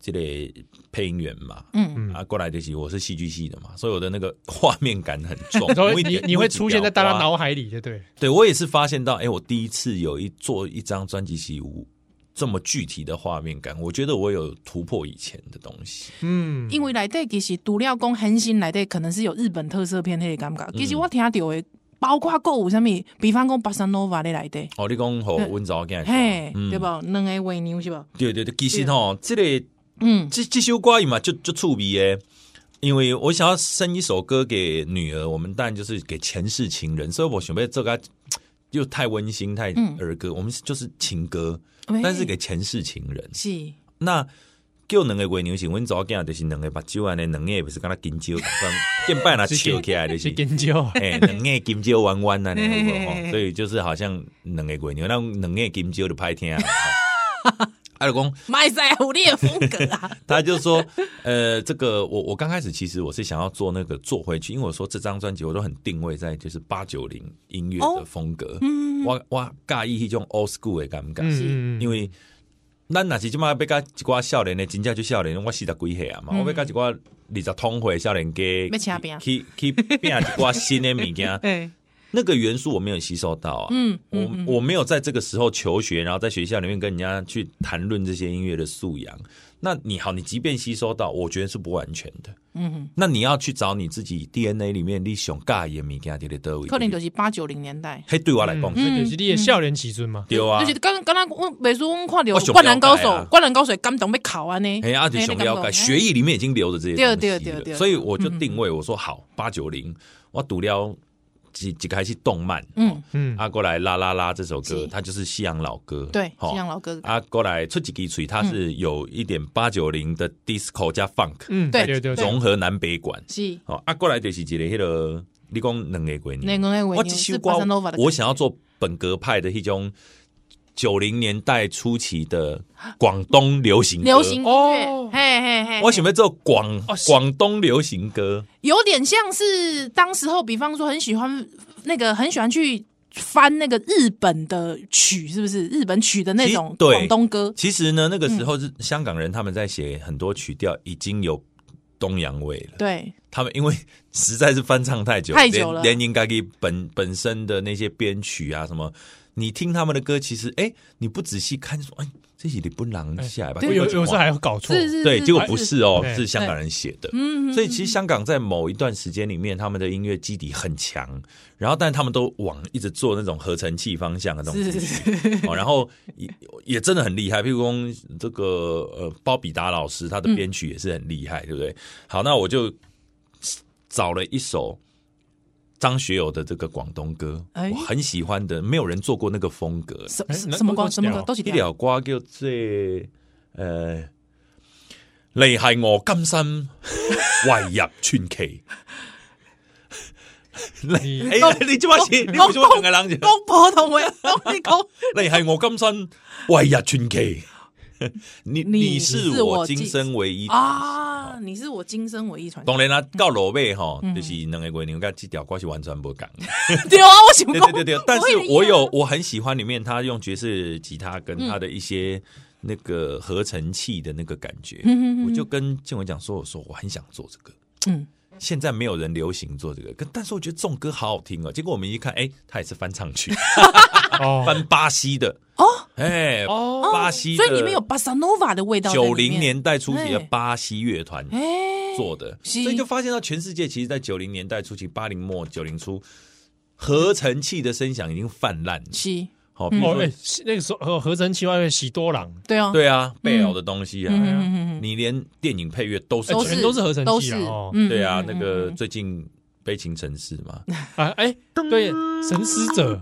Speaker 4: 这类配音员嘛，
Speaker 3: 嗯
Speaker 4: 啊，过来的是我是戏剧系的嘛，所以我的那个画面感很重
Speaker 2: 然后。
Speaker 4: 我一
Speaker 2: 你
Speaker 4: 点
Speaker 2: 你会出现在大家，
Speaker 4: 我一点
Speaker 2: 脑海里，对不对？
Speaker 4: 对我也是发现到，哎，我第一次有一做一张专辑是无这么具体的画面感，我觉得我有突破以前的东西。
Speaker 2: 嗯，
Speaker 3: 因为内底其实除了讲恒星内底可能是有日本特色片迄个感
Speaker 4: 嗯
Speaker 3: 觉，其实我听到的包括还有啥物，比方讲巴塞诺瓦的内底，
Speaker 4: 哦，你讲好温兆干，
Speaker 3: 嘿，
Speaker 4: 嗯
Speaker 3: 对不？两个蜗牛是不？
Speaker 4: 对对对，其实吼，这个
Speaker 3: 嗯，
Speaker 4: 这这首歌嘛，就就触鼻耶。因为我想要生一首歌给女儿，我们当然就是给前世情人，所以我准备这个又太温馨、太儿歌，我们就是情歌，
Speaker 3: 嗯喂
Speaker 4: 但是给前世情人。
Speaker 3: 是，
Speaker 4: 那叫两个月娘是阮查某囝，就是两个目睭安尼，两个不是敢若金蕉， 反正见拜若笑起来就是是。
Speaker 2: 嗯研究，
Speaker 4: 哎，两个金蕉弯弯的那
Speaker 3: 嘿嘿
Speaker 4: 种
Speaker 3: 嘿嘿
Speaker 4: 吼，所以就是好像两个月娘，那两个金蕉就歹听啊。 啊阿老公，
Speaker 3: 卖晒有你的风格 啊，
Speaker 4: 他就说，呃，这个我我刚开始其实我是想要做那个做回去，因为我说这张专辑我都很定位在就是八九零音乐的风格，我我尬意一种 old school 的感觉，
Speaker 2: 嗯，
Speaker 4: 因为咱若是即马要甲一寡少年的，真正就少年，我四十几岁啊嘛，我要甲一寡二十通岁的少年家
Speaker 3: 要请拼，
Speaker 4: 去去拼一寡新的物件
Speaker 3: 哎，
Speaker 4: 那个元素我没有吸收到啊，
Speaker 3: 嗯
Speaker 4: 我我没有在这个时候求学，然后在学校里面跟人家去谈论这些音乐的素养。那你好，你即便吸收到，我觉得是不完全的。
Speaker 3: 嗯，
Speaker 4: 那你要去找你自己 DNA 里面你想尬的物件伫咧倒位，
Speaker 3: 可能就是八九零年代。
Speaker 4: 嘿，对我来讲，
Speaker 2: 嗯就是你的笑脸起尊嘛，
Speaker 4: 对啊
Speaker 3: 就，是刚刚刚我美术我看到
Speaker 4: 我想
Speaker 3: 《灌篮高手
Speaker 4: 了解啊》
Speaker 3: 《灌篮高手》感动被考啊呢，
Speaker 4: 哎呀，啊就
Speaker 3: 嘿
Speaker 4: 想
Speaker 3: 你
Speaker 4: 了
Speaker 3: 感动
Speaker 4: 解，学艺里面已经留着这些
Speaker 3: 对
Speaker 4: 东西
Speaker 3: 对
Speaker 4: 了，
Speaker 3: 对对嗯
Speaker 4: 所以我就定位我说好八九零，我读了几几开始动漫，
Speaker 3: 嗯，
Speaker 2: 嗯，
Speaker 4: 啊，过来啦啦啦这首歌
Speaker 3: 是，
Speaker 4: 它就是西洋老歌，
Speaker 3: 对，
Speaker 4: 好
Speaker 3: 新郎老哥，
Speaker 4: 啊，过来出几支嘴，它是
Speaker 3: 嗯
Speaker 4: 有一点八九零的 disco 加 funk
Speaker 2: 嗯，
Speaker 3: 对
Speaker 2: 对对对，
Speaker 4: 融合南北管。
Speaker 3: 是
Speaker 4: 哦，啊，过来就是一个迄、那个，你讲两个鬼女，
Speaker 3: 两个月
Speaker 4: 我
Speaker 3: 蜗
Speaker 4: 一
Speaker 3: 牛
Speaker 4: 首
Speaker 3: 是
Speaker 4: 歌
Speaker 3: 巴塞诺瓦的，，
Speaker 4: 我想要做本格派的迄种九零年代初期的广东流行歌
Speaker 3: 流行音
Speaker 2: 哦
Speaker 3: 乐，嘿嘿嘿，
Speaker 4: 我想要做广
Speaker 2: 哦是
Speaker 4: 广东流行歌，
Speaker 3: 有点像是当时候，比方说很喜欢那个很喜欢去翻那个日本的曲，是不是日本曲的那
Speaker 4: 其
Speaker 3: 种
Speaker 4: 实对
Speaker 3: 广东歌？
Speaker 4: 其实呢，那个
Speaker 3: 嗯
Speaker 4: 时候是香港人他们在写很多曲调已经有东洋味了。
Speaker 3: 对，
Speaker 4: 他们因为实在是翻唱太久，
Speaker 3: 太久了
Speaker 4: 连连应该给本本身的那些编曲啊什么，你听他们的歌，其实哎、你不仔细看说，哎，这是日本人写的吧？
Speaker 2: 哎我有有时候哎还会搞错，
Speaker 3: 是是，
Speaker 4: 对，
Speaker 3: 是
Speaker 4: 结果不，是哦，
Speaker 2: 对
Speaker 4: 是香港人写的。
Speaker 3: 嗯，
Speaker 4: 所以其实香港在某一段时间里面，他们的音乐基底很强，然后但他们都往一直做那种合成器方向的那种
Speaker 3: 是
Speaker 4: 东
Speaker 3: 是
Speaker 4: 西，
Speaker 3: 是，
Speaker 4: 哦，然后也也真的很厉害。譬如说这个呃包比达老师，他的编曲也是很厉害，对不对？好，那我就找了一首张学友的这个广东歌，
Speaker 3: 哎啊
Speaker 4: 我很喜欢的，没有人做过那个风格。
Speaker 3: 什
Speaker 2: 哎
Speaker 3: 什
Speaker 2: 那
Speaker 3: 什么歌
Speaker 2: 都是
Speaker 3: 什么歌
Speaker 2: 调
Speaker 3: 都是
Speaker 4: 一
Speaker 3: 调，
Speaker 4: 条歌叫做呃，你系我今生唯入传奇。你
Speaker 2: 你
Speaker 4: 哎，你这把是，你为什么两个人就？
Speaker 3: 讲普通话，讲你 讲，
Speaker 4: 你系我今生唯一传奇， 你
Speaker 3: 你
Speaker 4: 你是
Speaker 3: 是
Speaker 4: 我
Speaker 3: 我哦
Speaker 4: 今
Speaker 3: 今
Speaker 4: 生唯一。
Speaker 3: 啊，你是我今生唯一传奇。
Speaker 4: 当然啦，到落尾吼，
Speaker 3: 嗯
Speaker 4: 就是两个月娘跟这条歌是完全不 讲。
Speaker 3: 对啊，我想
Speaker 4: 对
Speaker 3: 讲
Speaker 4: 对 对对，但是
Speaker 3: 我也一样
Speaker 4: 我有我很喜欢里面他用爵士吉他跟他
Speaker 3: 嗯
Speaker 4: 的一些那个合成器的那个感觉，我就跟建伟讲说，我说我很想做这个，
Speaker 3: 嗯，
Speaker 4: 现在没有人流行做这个，可但是我觉得这种歌好好听哦。结果我们一看，哎，他也是翻唱曲，
Speaker 2: 哦，
Speaker 4: 翻巴西的
Speaker 3: 哦，
Speaker 4: 哎，
Speaker 2: 哦
Speaker 4: 巴西的，
Speaker 3: 所以里面有巴塞诺瓦的味道在里
Speaker 4: 九
Speaker 3: 面。
Speaker 4: 零年代初期
Speaker 3: 哎
Speaker 4: 的巴西乐团
Speaker 3: 哎，
Speaker 4: 做的，所
Speaker 3: 是
Speaker 4: 以就发现到全世界其实，在九零年代初期、八零末、九零初，合成器的声响已经泛滥了。
Speaker 3: 是，
Speaker 4: 好，比如
Speaker 2: 哦，
Speaker 4: 说
Speaker 2: 哎，那个时候合成器外面喜多朗，
Speaker 3: 对啊，
Speaker 4: 对啊，贝尔的东西
Speaker 3: 嗯，
Speaker 4: 啊，
Speaker 3: 嗯嗯嗯嗯，
Speaker 4: 你连电影配乐都是
Speaker 2: 哎
Speaker 3: 都
Speaker 2: 全
Speaker 3: 是
Speaker 2: 都是合成器啊
Speaker 3: 都是
Speaker 2: 哦，
Speaker 3: 嗯
Speaker 4: 对啊
Speaker 3: 嗯，
Speaker 4: 那
Speaker 3: 嗯
Speaker 4: 个
Speaker 3: 嗯
Speaker 4: 最近。悲情城市嘛，
Speaker 2: 啊，哎，对，神使者，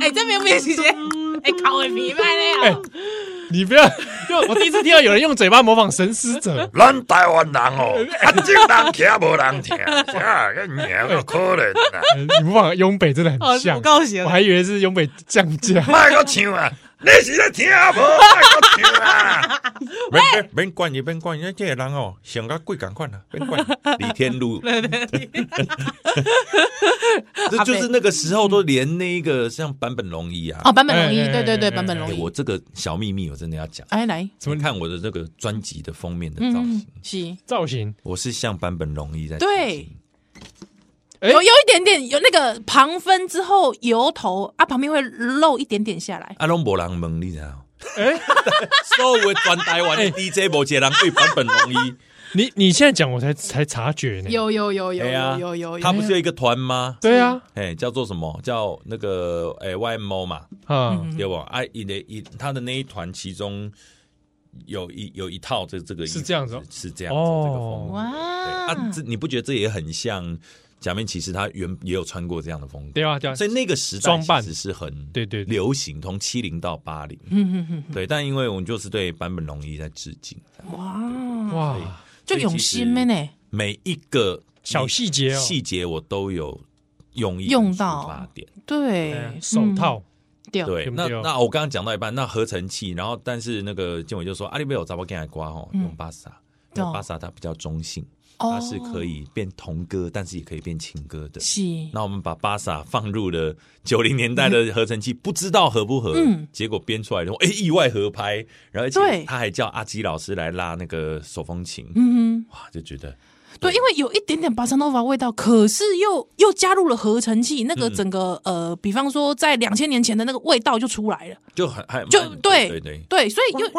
Speaker 3: 哎，这没有变形鞋， 哎，考我明白
Speaker 2: 哎
Speaker 3: 了。，
Speaker 2: 你不要， 因为我第一次听到有人用嘴巴模仿神使者，
Speaker 1: 咱台湾人哦，安静人听无人听，啊，个娘个可怜啊！，
Speaker 2: 哎你模仿雍北真的
Speaker 5: 哦
Speaker 2: 很，像
Speaker 5: 我，告诉你
Speaker 2: 我，还以为是雍北降价
Speaker 1: 卖个唱啊！你是咧听啊无？卖个唱啊！
Speaker 4: 免免免管伊，免管伊，这个人哦，想甲鬼共款啊，免管。李天禄，这就是那个时候都连那个像版本龙一啊
Speaker 3: 哦，，版本容易
Speaker 2: 哎哎，
Speaker 3: 对对
Speaker 2: 哎哎
Speaker 3: 对，版本容
Speaker 4: 哎
Speaker 3: 易
Speaker 4: 我。这个小秘密我真的要讲。
Speaker 3: 哎，来，
Speaker 4: 怎么看我的这个专辑的封面的造型
Speaker 3: 嗯？，是，
Speaker 2: 造型，
Speaker 4: 我是像版本龙一在
Speaker 3: 对，
Speaker 2: 哎
Speaker 3: 有有一点点有那个旁分之后油头啊，旁边会露一点点下来。
Speaker 4: 阿龙博啊人问你知道？
Speaker 2: 哎，
Speaker 4: 所有的全台湾的 DJ 无一个人对版本龙一，
Speaker 2: 你你现在讲我才才察觉呢，
Speaker 3: 有有有有
Speaker 4: 哎呀
Speaker 3: 有有
Speaker 2: 哦
Speaker 3: 有，
Speaker 4: 他不是有一个团吗？
Speaker 2: 对啊，
Speaker 4: 哎，叫做什么？叫那个哎 YMO 嘛，
Speaker 2: 啊，
Speaker 4: 对不？哎，一的一他的那一团其中有一有一套这这个衣服
Speaker 2: 是这样子哦
Speaker 4: 是这样子
Speaker 2: 哦
Speaker 4: 这个风格。对
Speaker 3: 哇
Speaker 4: 啊，这你不觉得这也很像假面骑士？他原也有穿过这样的风格。
Speaker 2: 对啊，对啊，
Speaker 4: 所以那个时代
Speaker 2: 装扮
Speaker 4: 其实是很
Speaker 2: 对对对
Speaker 4: 流行，从七零到八零，
Speaker 3: 嗯
Speaker 4: 对。但因为我们就是对坂本龙一在致敬，
Speaker 3: 哇，
Speaker 2: 哇，
Speaker 3: 就
Speaker 4: 所以
Speaker 3: 用
Speaker 4: 其实
Speaker 3: 心的呢。
Speaker 4: 每一个
Speaker 2: 小细节哦
Speaker 4: 细节我都有用意
Speaker 3: 用
Speaker 4: 跟出
Speaker 3: 到
Speaker 4: 发点。
Speaker 3: 对，嗯
Speaker 2: 手套，
Speaker 3: 掉，
Speaker 4: 啊对，
Speaker 2: 对不
Speaker 4: 那
Speaker 2: 对哦
Speaker 4: 那我刚刚讲到一半，那合成器，然后但是那个建伟就说啊阿里贝有杂包给来刮哦，用巴萨，因为
Speaker 3: 嗯哦
Speaker 4: 巴萨它比较中性，
Speaker 3: 哦
Speaker 4: 它是可以变童歌，但是也可以变情歌的。
Speaker 3: 是，
Speaker 4: 那我们把巴萨放入了九零年代的合成器，不知道合不合，
Speaker 3: 嗯
Speaker 4: 结果编出来的，哎，意外合拍，然后而且
Speaker 3: 对
Speaker 4: 他还叫阿基老师来拉那个手风琴，
Speaker 3: 嗯
Speaker 4: 哇，就觉得
Speaker 3: 哼，对，因为有一点点巴塞诺瓦味道，可是又又加入了合成器，那
Speaker 4: 嗯
Speaker 3: 个整个呃，比方说在两千年前的那个味道就出来了，
Speaker 4: 就很还
Speaker 3: 就
Speaker 4: 蛮
Speaker 3: 对
Speaker 4: 嗯对对，
Speaker 3: 对，所以又对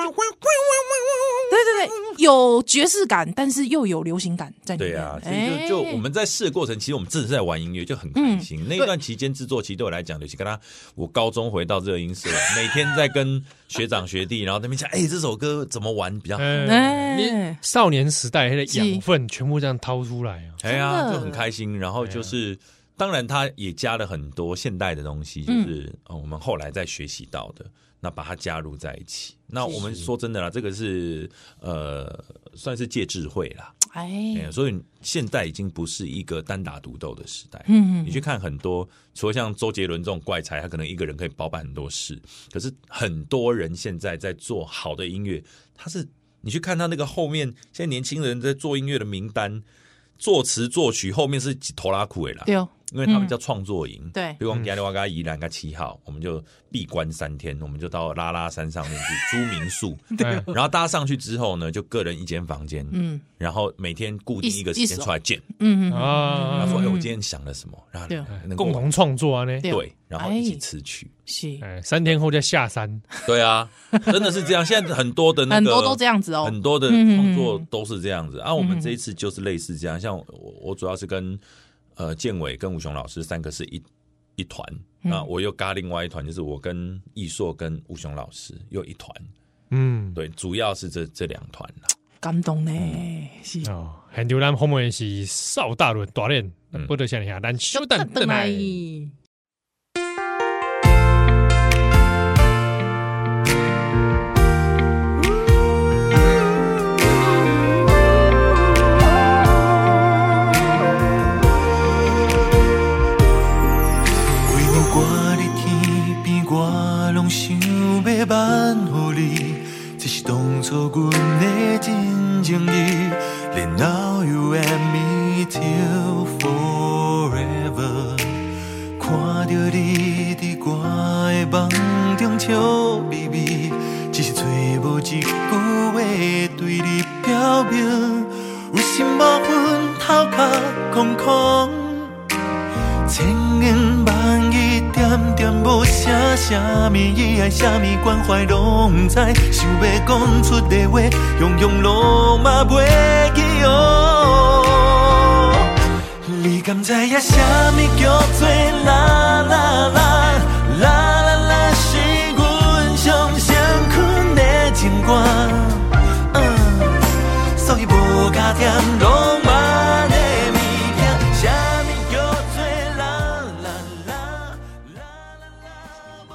Speaker 3: 对对，有爵士感，但是又有流行感在里
Speaker 4: 对
Speaker 3: 面。
Speaker 4: 啊，所以就就
Speaker 3: 哎
Speaker 4: 我们在试的过程，其实我们自己在玩音乐，就很开
Speaker 3: 嗯
Speaker 4: 心。那一段期间制作，其实对我来讲，就是跟他我高中回到热音社，每天在跟学长学弟，然后在那边讲，哎、这首歌怎么玩 比较好？
Speaker 2: 哎，
Speaker 3: 哎
Speaker 2: 你少年时代的养分全部这样掏出来啊，
Speaker 4: 哎呀
Speaker 3: 真，的啊
Speaker 4: 就很开心。然后就是，当然他也加了很多现代的东西，
Speaker 3: 嗯
Speaker 4: 就是、呃我们后来在学习到的，那把它加入在一起。那我们说真的啦，这个是呃，算是借智慧啦。哎、
Speaker 3: 哎，
Speaker 4: 所以现在已经不是一个单打独斗的时代。
Speaker 3: 嗯
Speaker 4: 你去看很多，除了像周杰伦这种怪才，他可能一个人可以包办很多事。可是很多人现在在做好的音乐，他是你去看他那个后面，现在年轻人在做音乐的名单，作词作曲后面是几头拉苦诶啦，
Speaker 3: 对哦，
Speaker 4: 因为他们叫创作营。
Speaker 3: 对
Speaker 4: 比如
Speaker 2: 嗯
Speaker 4: 讲加利瓦嘎宜兰个七号，我们就闭关三天，我们就到拉拉山上面去租 民宿。
Speaker 2: 对，
Speaker 4: 然后大家上去之后呢，就个人一间房间，
Speaker 3: 嗯
Speaker 4: 然后每天固定一个时
Speaker 3: 一
Speaker 4: 间出来见。
Speaker 3: 嗯嗯，
Speaker 4: 他
Speaker 2: 啊
Speaker 4: 说：“哎、我今天想了什么？”然
Speaker 3: 对
Speaker 4: 后能够
Speaker 2: 共同创作啊呢，
Speaker 3: 对哦
Speaker 4: 对，然后
Speaker 3: 哎
Speaker 4: 一起词曲。
Speaker 3: 是
Speaker 2: 哎，三天后再下山，
Speaker 4: 对啊，真的是这样。现在很多的那
Speaker 3: 很
Speaker 4: 个
Speaker 3: 多都这样子哦，
Speaker 4: 很多的创
Speaker 3: 嗯
Speaker 4: 作都是这样子啊。我们这一次就是类似这样，像我我主要是跟呃建伟跟吴雄老师三个是一一团，
Speaker 3: 嗯
Speaker 4: 那我又嘎另外一团，就是我跟易硕跟吴雄老师又一团。
Speaker 2: 嗯，
Speaker 4: 对，主要是这这两团啦。
Speaker 3: 感动呢，
Speaker 4: 嗯
Speaker 3: 是。
Speaker 2: 哦，很牛咱后面是邵大伦锻炼
Speaker 4: 嗯，
Speaker 2: 不得想一下，咱稍等等来，
Speaker 6: 为了我你天边，我拢想要挽予你，这是当作阮的真情意。然后 you and me till forever，看着你伫我的梦中笑眯眯，只是找无一句话对你表明，有心无魂，头壳空空。千言万语点点无声，什么意爱，什么关怀拢不知，想要讲出的话，样样拢嘛袂记哦。你敢知影什么叫做啦啦啦啦啦啦，是阮上常困的情歌。嗯所以无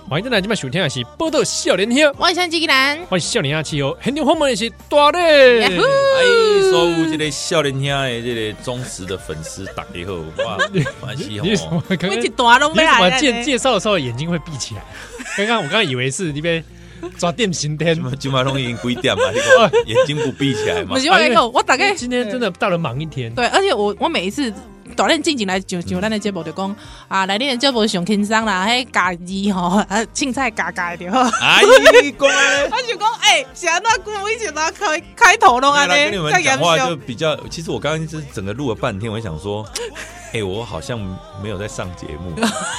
Speaker 2: 欢迎再来这边收听的是《波多笑连天》，
Speaker 3: 万山鸡男，
Speaker 2: 欢迎笑脸下去哦，很牛后面的是大嘞，
Speaker 3: Yahoo
Speaker 4: 哎，所有这个笑脸听的这个忠实的粉丝打以后，哇，关系
Speaker 2: 你为什么
Speaker 4: 哦，
Speaker 2: 刚刚
Speaker 3: 我一
Speaker 2: 你
Speaker 3: 大拢
Speaker 2: 为
Speaker 3: 要
Speaker 2: 什么
Speaker 3: 来
Speaker 2: 介
Speaker 3: 呢
Speaker 2: 介绍的时候眼睛会闭起来？刚刚我刚刚以为是那边抓电刑天，
Speaker 4: 金马龙已经几点嘛？你
Speaker 2: 哎
Speaker 4: 看眼睛不闭起来嘛哎
Speaker 3: 不？是我来讲，我大概
Speaker 2: 今天真的到了忙一天，
Speaker 3: 哎对，而且我我每一次短练进进来上
Speaker 4: 嗯
Speaker 3: 上咱的节目就讲啊，来练节目上轻松啦，迄家己吼， 啊，凊彩加加就好。 我
Speaker 4: 哎，乖，
Speaker 3: 想讲，哎、欸，是安怎久我以前哪开开头拢安
Speaker 4: 来
Speaker 3: 尼
Speaker 4: 跟你们讲话就比较。其实我刚刚就是整个录了半天，我想说， 哎，我好像没有在上节 目，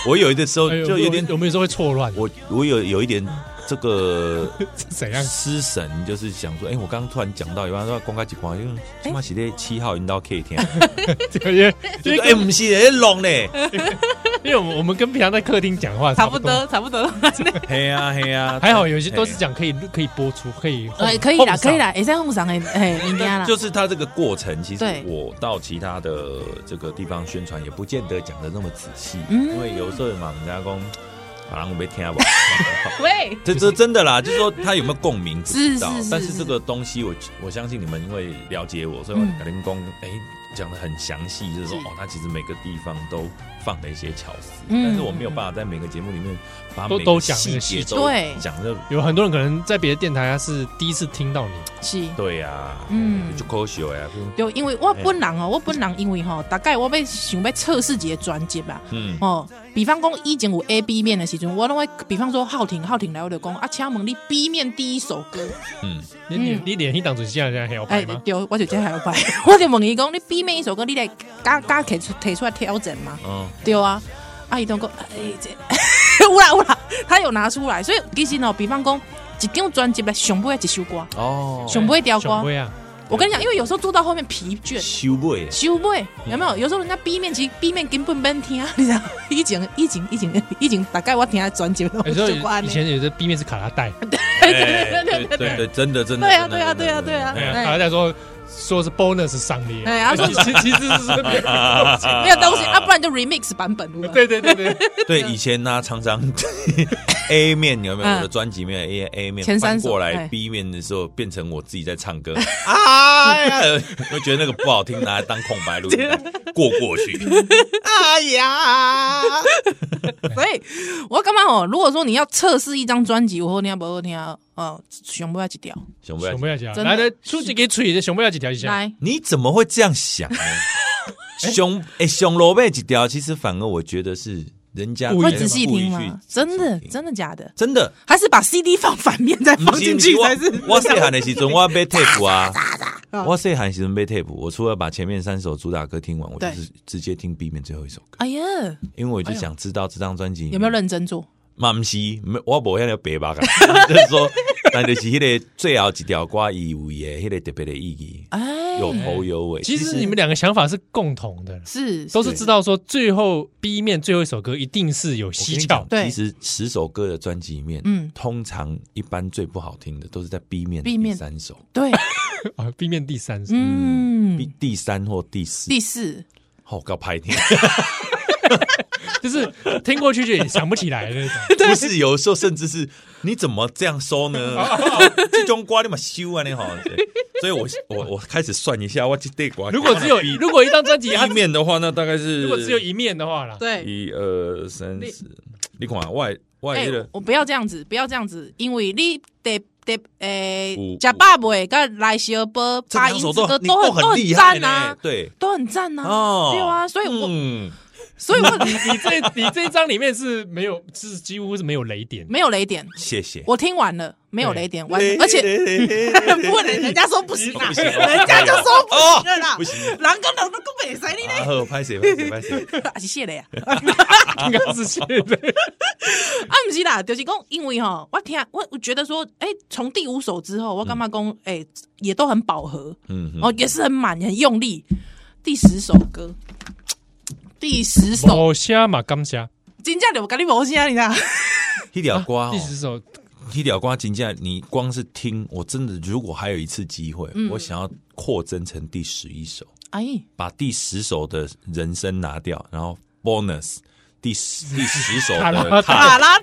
Speaker 4: 我有的时候
Speaker 2: 哎呦
Speaker 4: 就有点，
Speaker 2: 我们有时候会错乱，
Speaker 4: 我我有有一点这个
Speaker 2: 是怎 样？
Speaker 4: 失神，就是想说，哎、我刚刚突然讲到一半，说公开几关，因
Speaker 2: 哎
Speaker 4: 为起码是在七号引到 K 天，
Speaker 2: 这个因为
Speaker 4: 就
Speaker 2: 因
Speaker 4: 说
Speaker 2: 为
Speaker 4: 哎、不是在弄嘞，
Speaker 2: 因为我们我们跟平常在客厅讲话
Speaker 3: 差不
Speaker 2: 多，
Speaker 3: 多，差不多。
Speaker 4: 嘿呀嘿啊呀，
Speaker 2: 还好有些都是讲可以可以播出，可以
Speaker 3: 哎、
Speaker 2: 后
Speaker 3: 可以啦，
Speaker 2: 后上
Speaker 3: 可以啦，会使奉上的，哎，应该
Speaker 4: 但
Speaker 3: 啦。
Speaker 4: 就是他这个过程，其实
Speaker 3: 对
Speaker 4: 我到其他的这个地方宣传，也不见得讲的那么仔细，
Speaker 3: 嗯
Speaker 4: 因为有时候嘛，人家讲，啊好像我没 听不懂。
Speaker 3: 喂，
Speaker 4: 这这真的啦，就是说他有没有共鸣不知道
Speaker 3: 是是是，
Speaker 4: 但是这个东西我我相信你们因为了解我，所以我
Speaker 3: 嗯
Speaker 4: 改天公哎讲的很详细，就是说
Speaker 3: 是
Speaker 4: 哦，他其实每个地方都放了一些巧思，
Speaker 3: 嗯
Speaker 4: 但是我没有办法在每个节目里面把
Speaker 2: 都
Speaker 4: 每
Speaker 2: 都
Speaker 4: 个
Speaker 2: 讲那
Speaker 4: 细
Speaker 2: 个
Speaker 4: 节
Speaker 2: 细节
Speaker 4: 都
Speaker 3: 对
Speaker 4: 讲的，
Speaker 2: 有很多人可能在别的电台他是第一次听到你，
Speaker 3: 是。
Speaker 4: 对呀，
Speaker 3: 嗯
Speaker 4: 嗯，就可惜呀，
Speaker 3: 就因为我本人哦，我本人因为吼，大概我要想要测试一个专辑吧，
Speaker 4: 嗯，
Speaker 3: 哦，比方讲以前有 A B 面的时阵，我拢会，比方说浩廷，浩廷来我就讲啊，请问你 B 面第一首歌，
Speaker 4: 嗯
Speaker 2: 你你
Speaker 3: 嗯
Speaker 2: 你脸一挡嘴现在还要
Speaker 3: 哎、
Speaker 2: 拍吗？
Speaker 3: 对，我就这还要摆， 我就问伊讲，你 B 面一首歌，你来加加提出提出来调整吗？
Speaker 4: 嗯，
Speaker 3: 对啊，啊伊都讲，哎、这 有啦有啦，他有拿出来，所以其实哦，比方讲一张专辑来上尾的一首歌，
Speaker 4: 哦，
Speaker 3: 哎上尾条歌
Speaker 2: 熊，威啊，
Speaker 3: 我跟你讲，因为有时候做到后面疲倦。
Speaker 4: 修尾，
Speaker 3: 收尾有没有？有时候人家 B 面其实 B 面根本没听，啊 你知道？以前以前以前以前大概我听的专辑都
Speaker 2: 有时候
Speaker 3: 就安
Speaker 2: 哎以
Speaker 3: 嗯尼
Speaker 2: 前哎有的 B 面是卡拉带，
Speaker 4: 对
Speaker 3: 对对对
Speaker 4: 对对，真的真的，
Speaker 3: 对啊
Speaker 4: 真的
Speaker 3: 对啊
Speaker 4: 真的
Speaker 3: 对啊
Speaker 4: 真的
Speaker 3: 对啊
Speaker 2: 哎呀
Speaker 3: 哎
Speaker 2: 卡拉带说说是 bonus 上列，
Speaker 3: 哎他说
Speaker 2: 其实其实是没有东 西
Speaker 3: 没有东西，啊，不然就 remix 版本了。
Speaker 2: 对对对对，
Speaker 4: 对，以前呢、常常 A 面有没有？
Speaker 3: 嗯
Speaker 4: 我的专辑面 A A 面
Speaker 3: 前三
Speaker 4: 翻
Speaker 3: 首
Speaker 4: 过
Speaker 3: 哎
Speaker 4: 来 B 面的时候，变成我自己在唱 歌，哎呀， 我觉得那个不好听，拿来当空白录音带 过过去。
Speaker 3: 哎呀，所以我干嘛哦？如果说你要测试一张专辑，我好听不好听哦，想不要去掉
Speaker 4: 熊不要
Speaker 2: 熊，威要讲，啊
Speaker 3: 真的
Speaker 2: 来来出去给吹，熊威要几条一下，
Speaker 3: 来，
Speaker 4: 你怎么会这样 想呢？熊哎，熊萝卜几条？其实反而我觉得是人家
Speaker 2: 故意
Speaker 3: 会
Speaker 2: 的
Speaker 3: 仔细听吗？真的，
Speaker 4: 真
Speaker 3: 真的假的？
Speaker 4: 真的。
Speaker 3: 还是把 CD 放反面再放进去才是？
Speaker 4: 我细汉的时阵，我被 tape 啊，我细汉的时阵被 tape。我除了把前面三首主打歌听完，我就
Speaker 3: 对
Speaker 4: 是直接听 B 面最后一首歌，
Speaker 3: 哎呀，
Speaker 4: 因为我就想知道这张专辑
Speaker 3: 有没有
Speaker 4: 人。
Speaker 3: 认真做？
Speaker 4: 嘛毋是，没我无遐个 白目啊，就是说，但就是迄个最后一条歌伊有伊诶迄个特别的意义，
Speaker 3: 哎，
Speaker 4: 有头有尾。
Speaker 2: 其实你们两个想法是共同的，
Speaker 3: 是
Speaker 2: 都是知道说最后 B 面最后一首歌一定是有
Speaker 4: 我跟
Speaker 2: 蹊
Speaker 4: 你
Speaker 2: 跷
Speaker 4: 讲，
Speaker 3: 对
Speaker 4: 其实十首歌的专辑里面，
Speaker 3: 嗯
Speaker 4: 嗯，通常一般最不好听的都是在 B 面的
Speaker 3: B
Speaker 4: 第
Speaker 3: 面
Speaker 4: 三首，
Speaker 3: 对，
Speaker 2: 啊，B 面第三首，
Speaker 3: 嗯
Speaker 4: B，第三或第四，
Speaker 3: 第四，
Speaker 4: 好高拍听。
Speaker 2: 就是听过去就也想不起来了那种。
Speaker 4: 不是，有时候甚至是你怎么这样收呢？这种瓜你嘛修啊，你好。对所以我我我开始算一下，我这对瓜
Speaker 2: 如果 只有如果一张专辑它
Speaker 4: 一面的话，那大概是
Speaker 2: 如果只有一面的话啦，
Speaker 3: 对。
Speaker 4: 一二三
Speaker 3: 你
Speaker 4: 四，你看啊我的我
Speaker 3: 哎、
Speaker 4: 迄个
Speaker 3: 我不要这样子，不要这样子，因为你呃得得诶
Speaker 4: 有，
Speaker 3: 假爸爸跟来小波
Speaker 4: 这
Speaker 3: 八
Speaker 4: 两
Speaker 3: 音
Speaker 4: 首
Speaker 3: 之
Speaker 4: 都
Speaker 3: 歌
Speaker 4: 你
Speaker 3: 都很都
Speaker 4: 很
Speaker 3: 很
Speaker 4: 厉害
Speaker 3: 赞
Speaker 4: 呢
Speaker 3: 啊，，
Speaker 4: 对
Speaker 3: 都很赞呐、
Speaker 4: 哦，
Speaker 3: 对啊，所以我、
Speaker 4: 嗯
Speaker 3: 所以我
Speaker 2: 你你这你这一张里面是没有是几乎是没有雷 点，
Speaker 3: 没有雷点，
Speaker 4: 谢谢，
Speaker 3: 我听完了没有
Speaker 2: 对
Speaker 3: 雷 点，完而且不能人家说不行啊，人家就说
Speaker 4: 哦
Speaker 3: 不行了啦
Speaker 4: 不，行，
Speaker 3: 人跟人都够北塞你
Speaker 4: 啊
Speaker 3: 呢，
Speaker 4: 好拍谁拍谁拍谁，
Speaker 3: 还是谢啊了呀。
Speaker 2: 刚刚是写的，
Speaker 3: 啊，不是啦，就是讲，因为哈，我听我我觉得说，哎、从第五首之后，我干嘛讲，哎、也都很饱和，
Speaker 4: 嗯嗯
Speaker 3: 哦，也是很满，很用力。第十首歌，第十首，
Speaker 2: 某虾嘛，刚虾，
Speaker 3: 真正就跟你无声，你知道？
Speaker 4: 迄条歌哦
Speaker 2: 第，十首
Speaker 4: 迄条歌真正你光是听，我真的如果还有一次机会，我想要扩增成第十一首，
Speaker 3: 哎，
Speaker 4: 把第十首的人声拿掉，然后 bonus 第十第十首
Speaker 2: 卡拉
Speaker 4: 的
Speaker 2: 塔
Speaker 4: 卡
Speaker 3: 啦，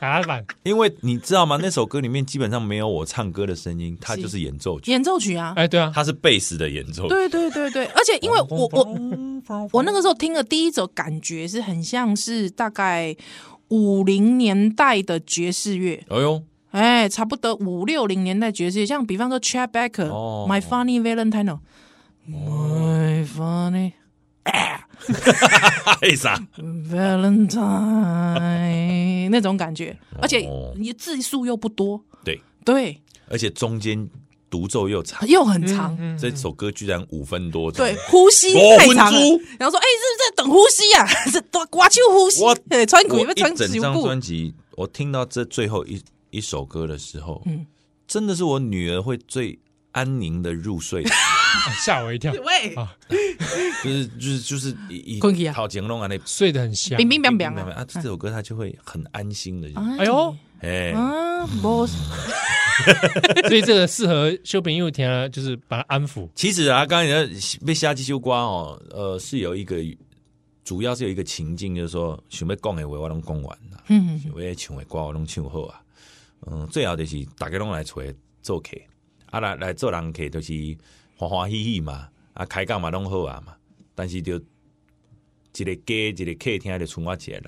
Speaker 2: 打板，
Speaker 4: 因为你知道吗？那首歌里面基本上没有我唱歌的声音，它就是演奏曲，
Speaker 3: 演奏曲啊，
Speaker 2: 哎，对啊，
Speaker 4: 它是贝斯的演奏曲。
Speaker 3: 对对对对，而且因为我我我那个时候听的第一首感觉是很像是大概五零年代的爵士乐，
Speaker 4: 哎呦，
Speaker 3: 哎，差不多五六零年代爵士乐，像比方说 Chet Baker、
Speaker 4: 哦
Speaker 3: My Funny Valentine、My Funny
Speaker 4: 哎啥？
Speaker 3: Valentine 那种感觉，而且
Speaker 4: 哦
Speaker 3: 你字数又不多，
Speaker 4: 对，
Speaker 3: 对，
Speaker 4: 而且中间独奏又长，
Speaker 3: 又很长。
Speaker 4: 这首歌居然五分多钟。
Speaker 3: 对，呼吸
Speaker 4: 裸
Speaker 3: 太
Speaker 4: 婚
Speaker 3: 长了
Speaker 4: 猪，
Speaker 3: 然后说：“哎、是不是在等呼吸呀、啊？ 是多刮秋呼吸
Speaker 4: 我，
Speaker 3: 哎 穿骨
Speaker 4: 我
Speaker 3: 要不要穿
Speaker 4: 一整
Speaker 3: 骨
Speaker 4: 张
Speaker 3: 布
Speaker 4: 专辑，我听到这最后一一首歌的时候，
Speaker 3: 嗯
Speaker 4: 真的是我女儿会最安宁的入睡的，
Speaker 2: 哎吓我一跳，
Speaker 3: 喂
Speaker 2: 啊
Speaker 4: 就是就是就是一一
Speaker 3: 困去啊
Speaker 4: 好简弄啊那
Speaker 2: 睡得很香，
Speaker 3: 冰冰冰冰啊！
Speaker 4: 啊，这首歌她就会很安心的，
Speaker 2: 哎呦，
Speaker 4: 哎，
Speaker 3: 啊，不，
Speaker 2: 所以这个适合修平又甜了，就是把它安抚。
Speaker 4: 其实啊，刚才你的被瞎鸡修瓜哦，呃，是有一个主要是有一个情境，就是说想要讲的话我拢讲完啦，
Speaker 3: 嗯，
Speaker 4: 想要唱的歌我拢唱好啊。嗯，最后就是大家拢来找做客，啊来来做人客就是欢欢喜喜嘛，啊开讲嘛拢好啊嘛。但是就一个家一个客厅就剩我一个人。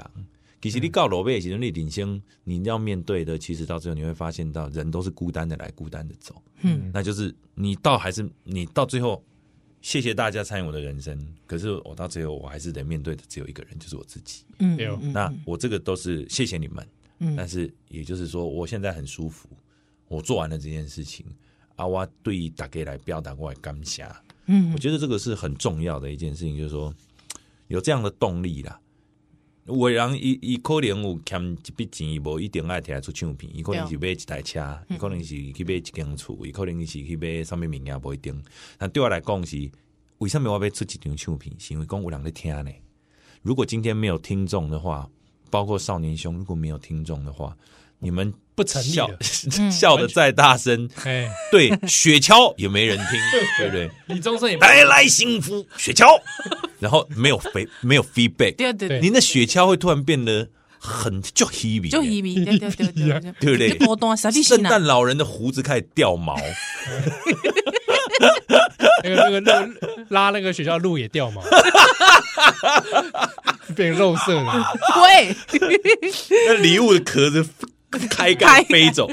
Speaker 4: 其实你到落尾的时候，你人生你要面对的，其实到最后你会发现到，人都是孤单的来，孤单的走。
Speaker 3: 嗯，
Speaker 4: 那就是你到还是你到最后，谢谢大家参与我的人生，可是我到最后我还是得面对的只有一个人，就是我自己。
Speaker 3: 嗯
Speaker 2: 对哦
Speaker 3: 嗯，
Speaker 4: 那我这个都是谢谢你们，
Speaker 3: 嗯
Speaker 4: 但是也就是说，我现在很舒服，我做完了这件事情，啊，我对于大家来表达我的感谢，
Speaker 3: 嗯
Speaker 4: 我觉得这个是很重要的一件事情，就是说有这样的动力啦。有的人伊伊可能有欠一笔钱，伊无一定爱摕来出唱片，伊可能是买一台车，伊可能是去买一间厝，伊可能是去买啥物物件，无一定。但对我来讲是，为什么我要出一张唱片？是因为讲有人在听呢。如果今天没有听众的话，包括少年兄，如果没有听众的话，你们
Speaker 2: 不成立
Speaker 4: 笑
Speaker 2: 的
Speaker 4: 笑的再大声，
Speaker 2: 哎，
Speaker 4: 对雪橇也没人 听，对不对？
Speaker 2: 李宗盛也不
Speaker 4: 来来幸福 雪橇，然后没有肥没有 feedback，
Speaker 3: 对对对，
Speaker 4: 您的雪橇会突然变得很就 heavy，
Speaker 3: 就移民，对对对对对，
Speaker 4: 对不对
Speaker 3: 你孤单啥屁
Speaker 4: 圣
Speaker 3: 事啊
Speaker 4: 诞？老人的胡子开始 掉毛，
Speaker 2: 那个那个那个拉那个学校路也掉毛，变肉色了。
Speaker 3: 喂，
Speaker 4: 那礼物的壳子 开
Speaker 3: 开
Speaker 4: 盖飞走。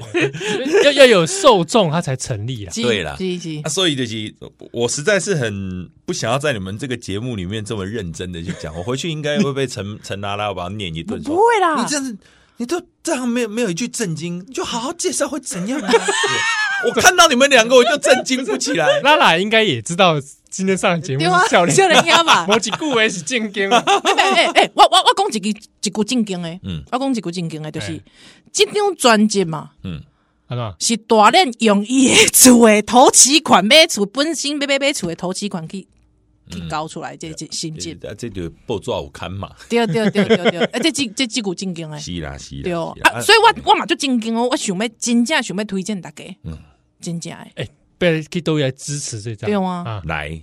Speaker 2: 要要有受众，它才成立啦。
Speaker 4: 对啦
Speaker 3: 是是
Speaker 4: 啊，，所以就是我实在是很不想要在你们这个节目里面这么认真的去讲，我回去应该会被陈 陈拉拉把他念一顿说。
Speaker 3: 不会啦
Speaker 4: 你，这样子，你都这样没有没有一句震惊，你就好好介绍会怎 样啊？我看到你们两个我就震惊不起 来。
Speaker 2: 拉拉应该也知道今天上的节目
Speaker 3: 对啊
Speaker 2: 是笑，脸，。
Speaker 3: 笑人家吧
Speaker 2: 某几顾为是正经，
Speaker 3: 哎哎哎，我我我讲一句一句正经的，
Speaker 4: 嗯
Speaker 3: 我讲一句正经的，就是
Speaker 2: 哎
Speaker 3: 这张专辑嘛，
Speaker 4: 嗯，
Speaker 2: 好嘛？
Speaker 3: 是大炼用伊的厝的头期款买厝，本身买买买厝的头期款去
Speaker 4: 嗯
Speaker 3: 去搞出来这这新
Speaker 4: 这
Speaker 3: 进，
Speaker 4: 啊，这就报纸有看嘛，
Speaker 3: 对对对对对，哎，这这这几股正经诶，
Speaker 4: 是啦是啦，
Speaker 3: 对哦
Speaker 4: 是啦
Speaker 3: 啊，所以我我嘛就正经哦，我想要真正想要推荐大家，
Speaker 4: 嗯
Speaker 3: 真正诶，
Speaker 2: 哎，被 K 都来支持这张，
Speaker 3: 对啊
Speaker 4: 来，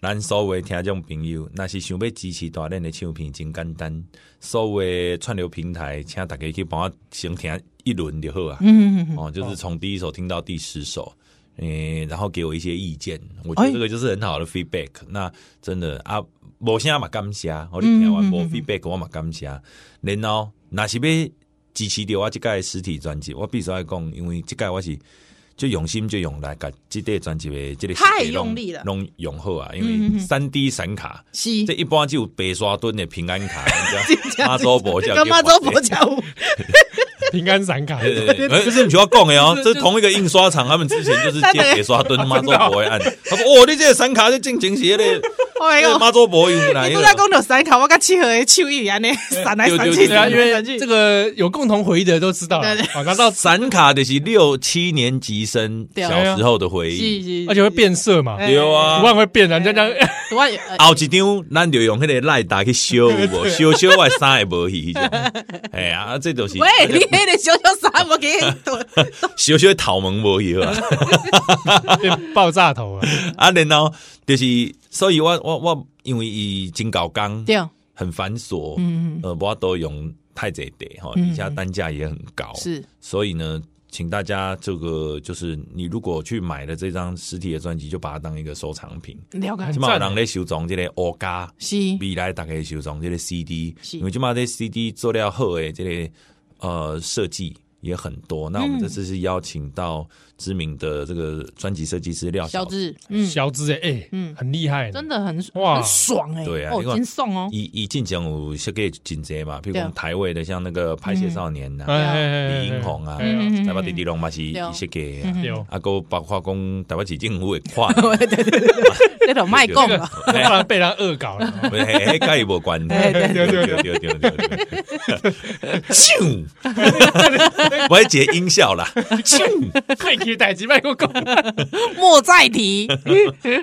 Speaker 4: 咱所有的听众朋友，若是想要支持大练的唱片，真简单。所有的串流平台，请大家去帮我先听一轮就好啊。
Speaker 3: 嗯嗯嗯
Speaker 4: 哦，就是从第一首听到第十首。诶、然后给我一些意见，我
Speaker 3: 哎
Speaker 4: 觉得这个就是很好的 feedback、那真的啊，无啥嘛感谢，
Speaker 3: 嗯
Speaker 4: 我你听完无 feedback 我嘛感谢。然后若是要支持着我即届实体专辑，我必须要讲，因为即届我是就用心就用来甲即个专辑的即个
Speaker 3: 太
Speaker 4: 实体拢
Speaker 3: 用力了
Speaker 4: 拢用好啊，
Speaker 3: 嗯
Speaker 4: 因
Speaker 3: 嗯
Speaker 4: 为
Speaker 3: 嗯
Speaker 4: 三 D 闪卡。
Speaker 3: 是，
Speaker 4: 这一般就有白沙墩的平安 卡，你知道妈祖婆叫
Speaker 3: 干嘛做佛教？
Speaker 2: 平安闪卡，
Speaker 4: 对对对，呃这是你需要讲的哦，
Speaker 3: 就
Speaker 4: 这
Speaker 3: 是
Speaker 4: 同一个印刷厂，他们之前 就是
Speaker 3: 他
Speaker 4: 接
Speaker 3: 那个
Speaker 4: 铁刷墩，妈祖婆会按。他说：“哦，你这个闪卡是进前是那个
Speaker 3: 哎
Speaker 4: 那个
Speaker 3: 呦，
Speaker 4: 妈祖婆用来
Speaker 3: 你
Speaker 4: 的
Speaker 3: 都。在讲到三卡，我跟七和的手艺安尼散来散去，
Speaker 4: 对
Speaker 2: 对啊，
Speaker 3: 散
Speaker 2: 因
Speaker 3: 来
Speaker 2: 为
Speaker 3: 散去
Speaker 2: 这。个有共同回忆的都知道了
Speaker 3: 对，
Speaker 2: 哦，拿到
Speaker 4: 闪卡就是六七年级生
Speaker 3: 对啊
Speaker 4: 小时候的回
Speaker 3: 是
Speaker 4: 忆。
Speaker 3: 是，
Speaker 2: 而且会变色嘛，
Speaker 3: 哎
Speaker 4: 对
Speaker 2: 图
Speaker 4: 啊
Speaker 2: 案，会变，人家这样
Speaker 3: 图案呃
Speaker 4: 后一张咱就用那个赖打去修， 无修修我的衫也无去。那种哎呀，啊这就是
Speaker 3: 喂，你那个小小啥，我给你 躲。
Speaker 4: 修修头毛无去啊。”
Speaker 2: 哎变爆炸头啊，
Speaker 4: 啊，然后就是，所以我我我因为伊真搞工，
Speaker 3: 对，
Speaker 4: 很繁琐，
Speaker 3: 嗯
Speaker 4: 呃，我都用太贼得哈，底下单价也很高，
Speaker 3: 是
Speaker 4: 所以呢，请大家这个就是你如果去买了这张实体的专辑，就把它当一个收藏品。
Speaker 3: 了解
Speaker 4: 起码有人咧收藏这个欧嘎，
Speaker 3: 是
Speaker 4: 未来大概收藏这个 CD，
Speaker 3: 是
Speaker 4: 因为起码这 CD 做料好诶，这个呃设计。也很多，那我
Speaker 3: 嗯
Speaker 4: 们这次是邀请到知名的这个专辑设计师廖
Speaker 3: 小
Speaker 4: 小
Speaker 3: 智，嗯，
Speaker 2: 小资哎，哎
Speaker 3: 嗯
Speaker 2: 很厉害，
Speaker 3: 真的很
Speaker 2: 哇
Speaker 3: 很爽哎，
Speaker 4: 对啊
Speaker 3: 哦，
Speaker 4: 另外
Speaker 3: 先送哦，
Speaker 4: 以以进前有设计真济嘛，譬如
Speaker 3: 对啊
Speaker 4: 讲台位的，像那个拍戏少年呐、
Speaker 2: 哎，哎哎哎
Speaker 4: 李 英宏啊
Speaker 2: 哎呀
Speaker 3: 嗯
Speaker 4: 台北弟弟龙嘛是伊
Speaker 3: 对嗯
Speaker 4: 设计的啊，
Speaker 2: 对哦
Speaker 4: 啊个包括讲台北市政府的 款，
Speaker 3: 那种卖供了，
Speaker 2: 不然被人恶搞了。
Speaker 4: 嘿嘿，甲伊无关系，
Speaker 3: 哎
Speaker 4: 对对对对对对， 咻，我要接音效啦，咻，
Speaker 2: 快给代击卖过狗，
Speaker 3: 莫再提，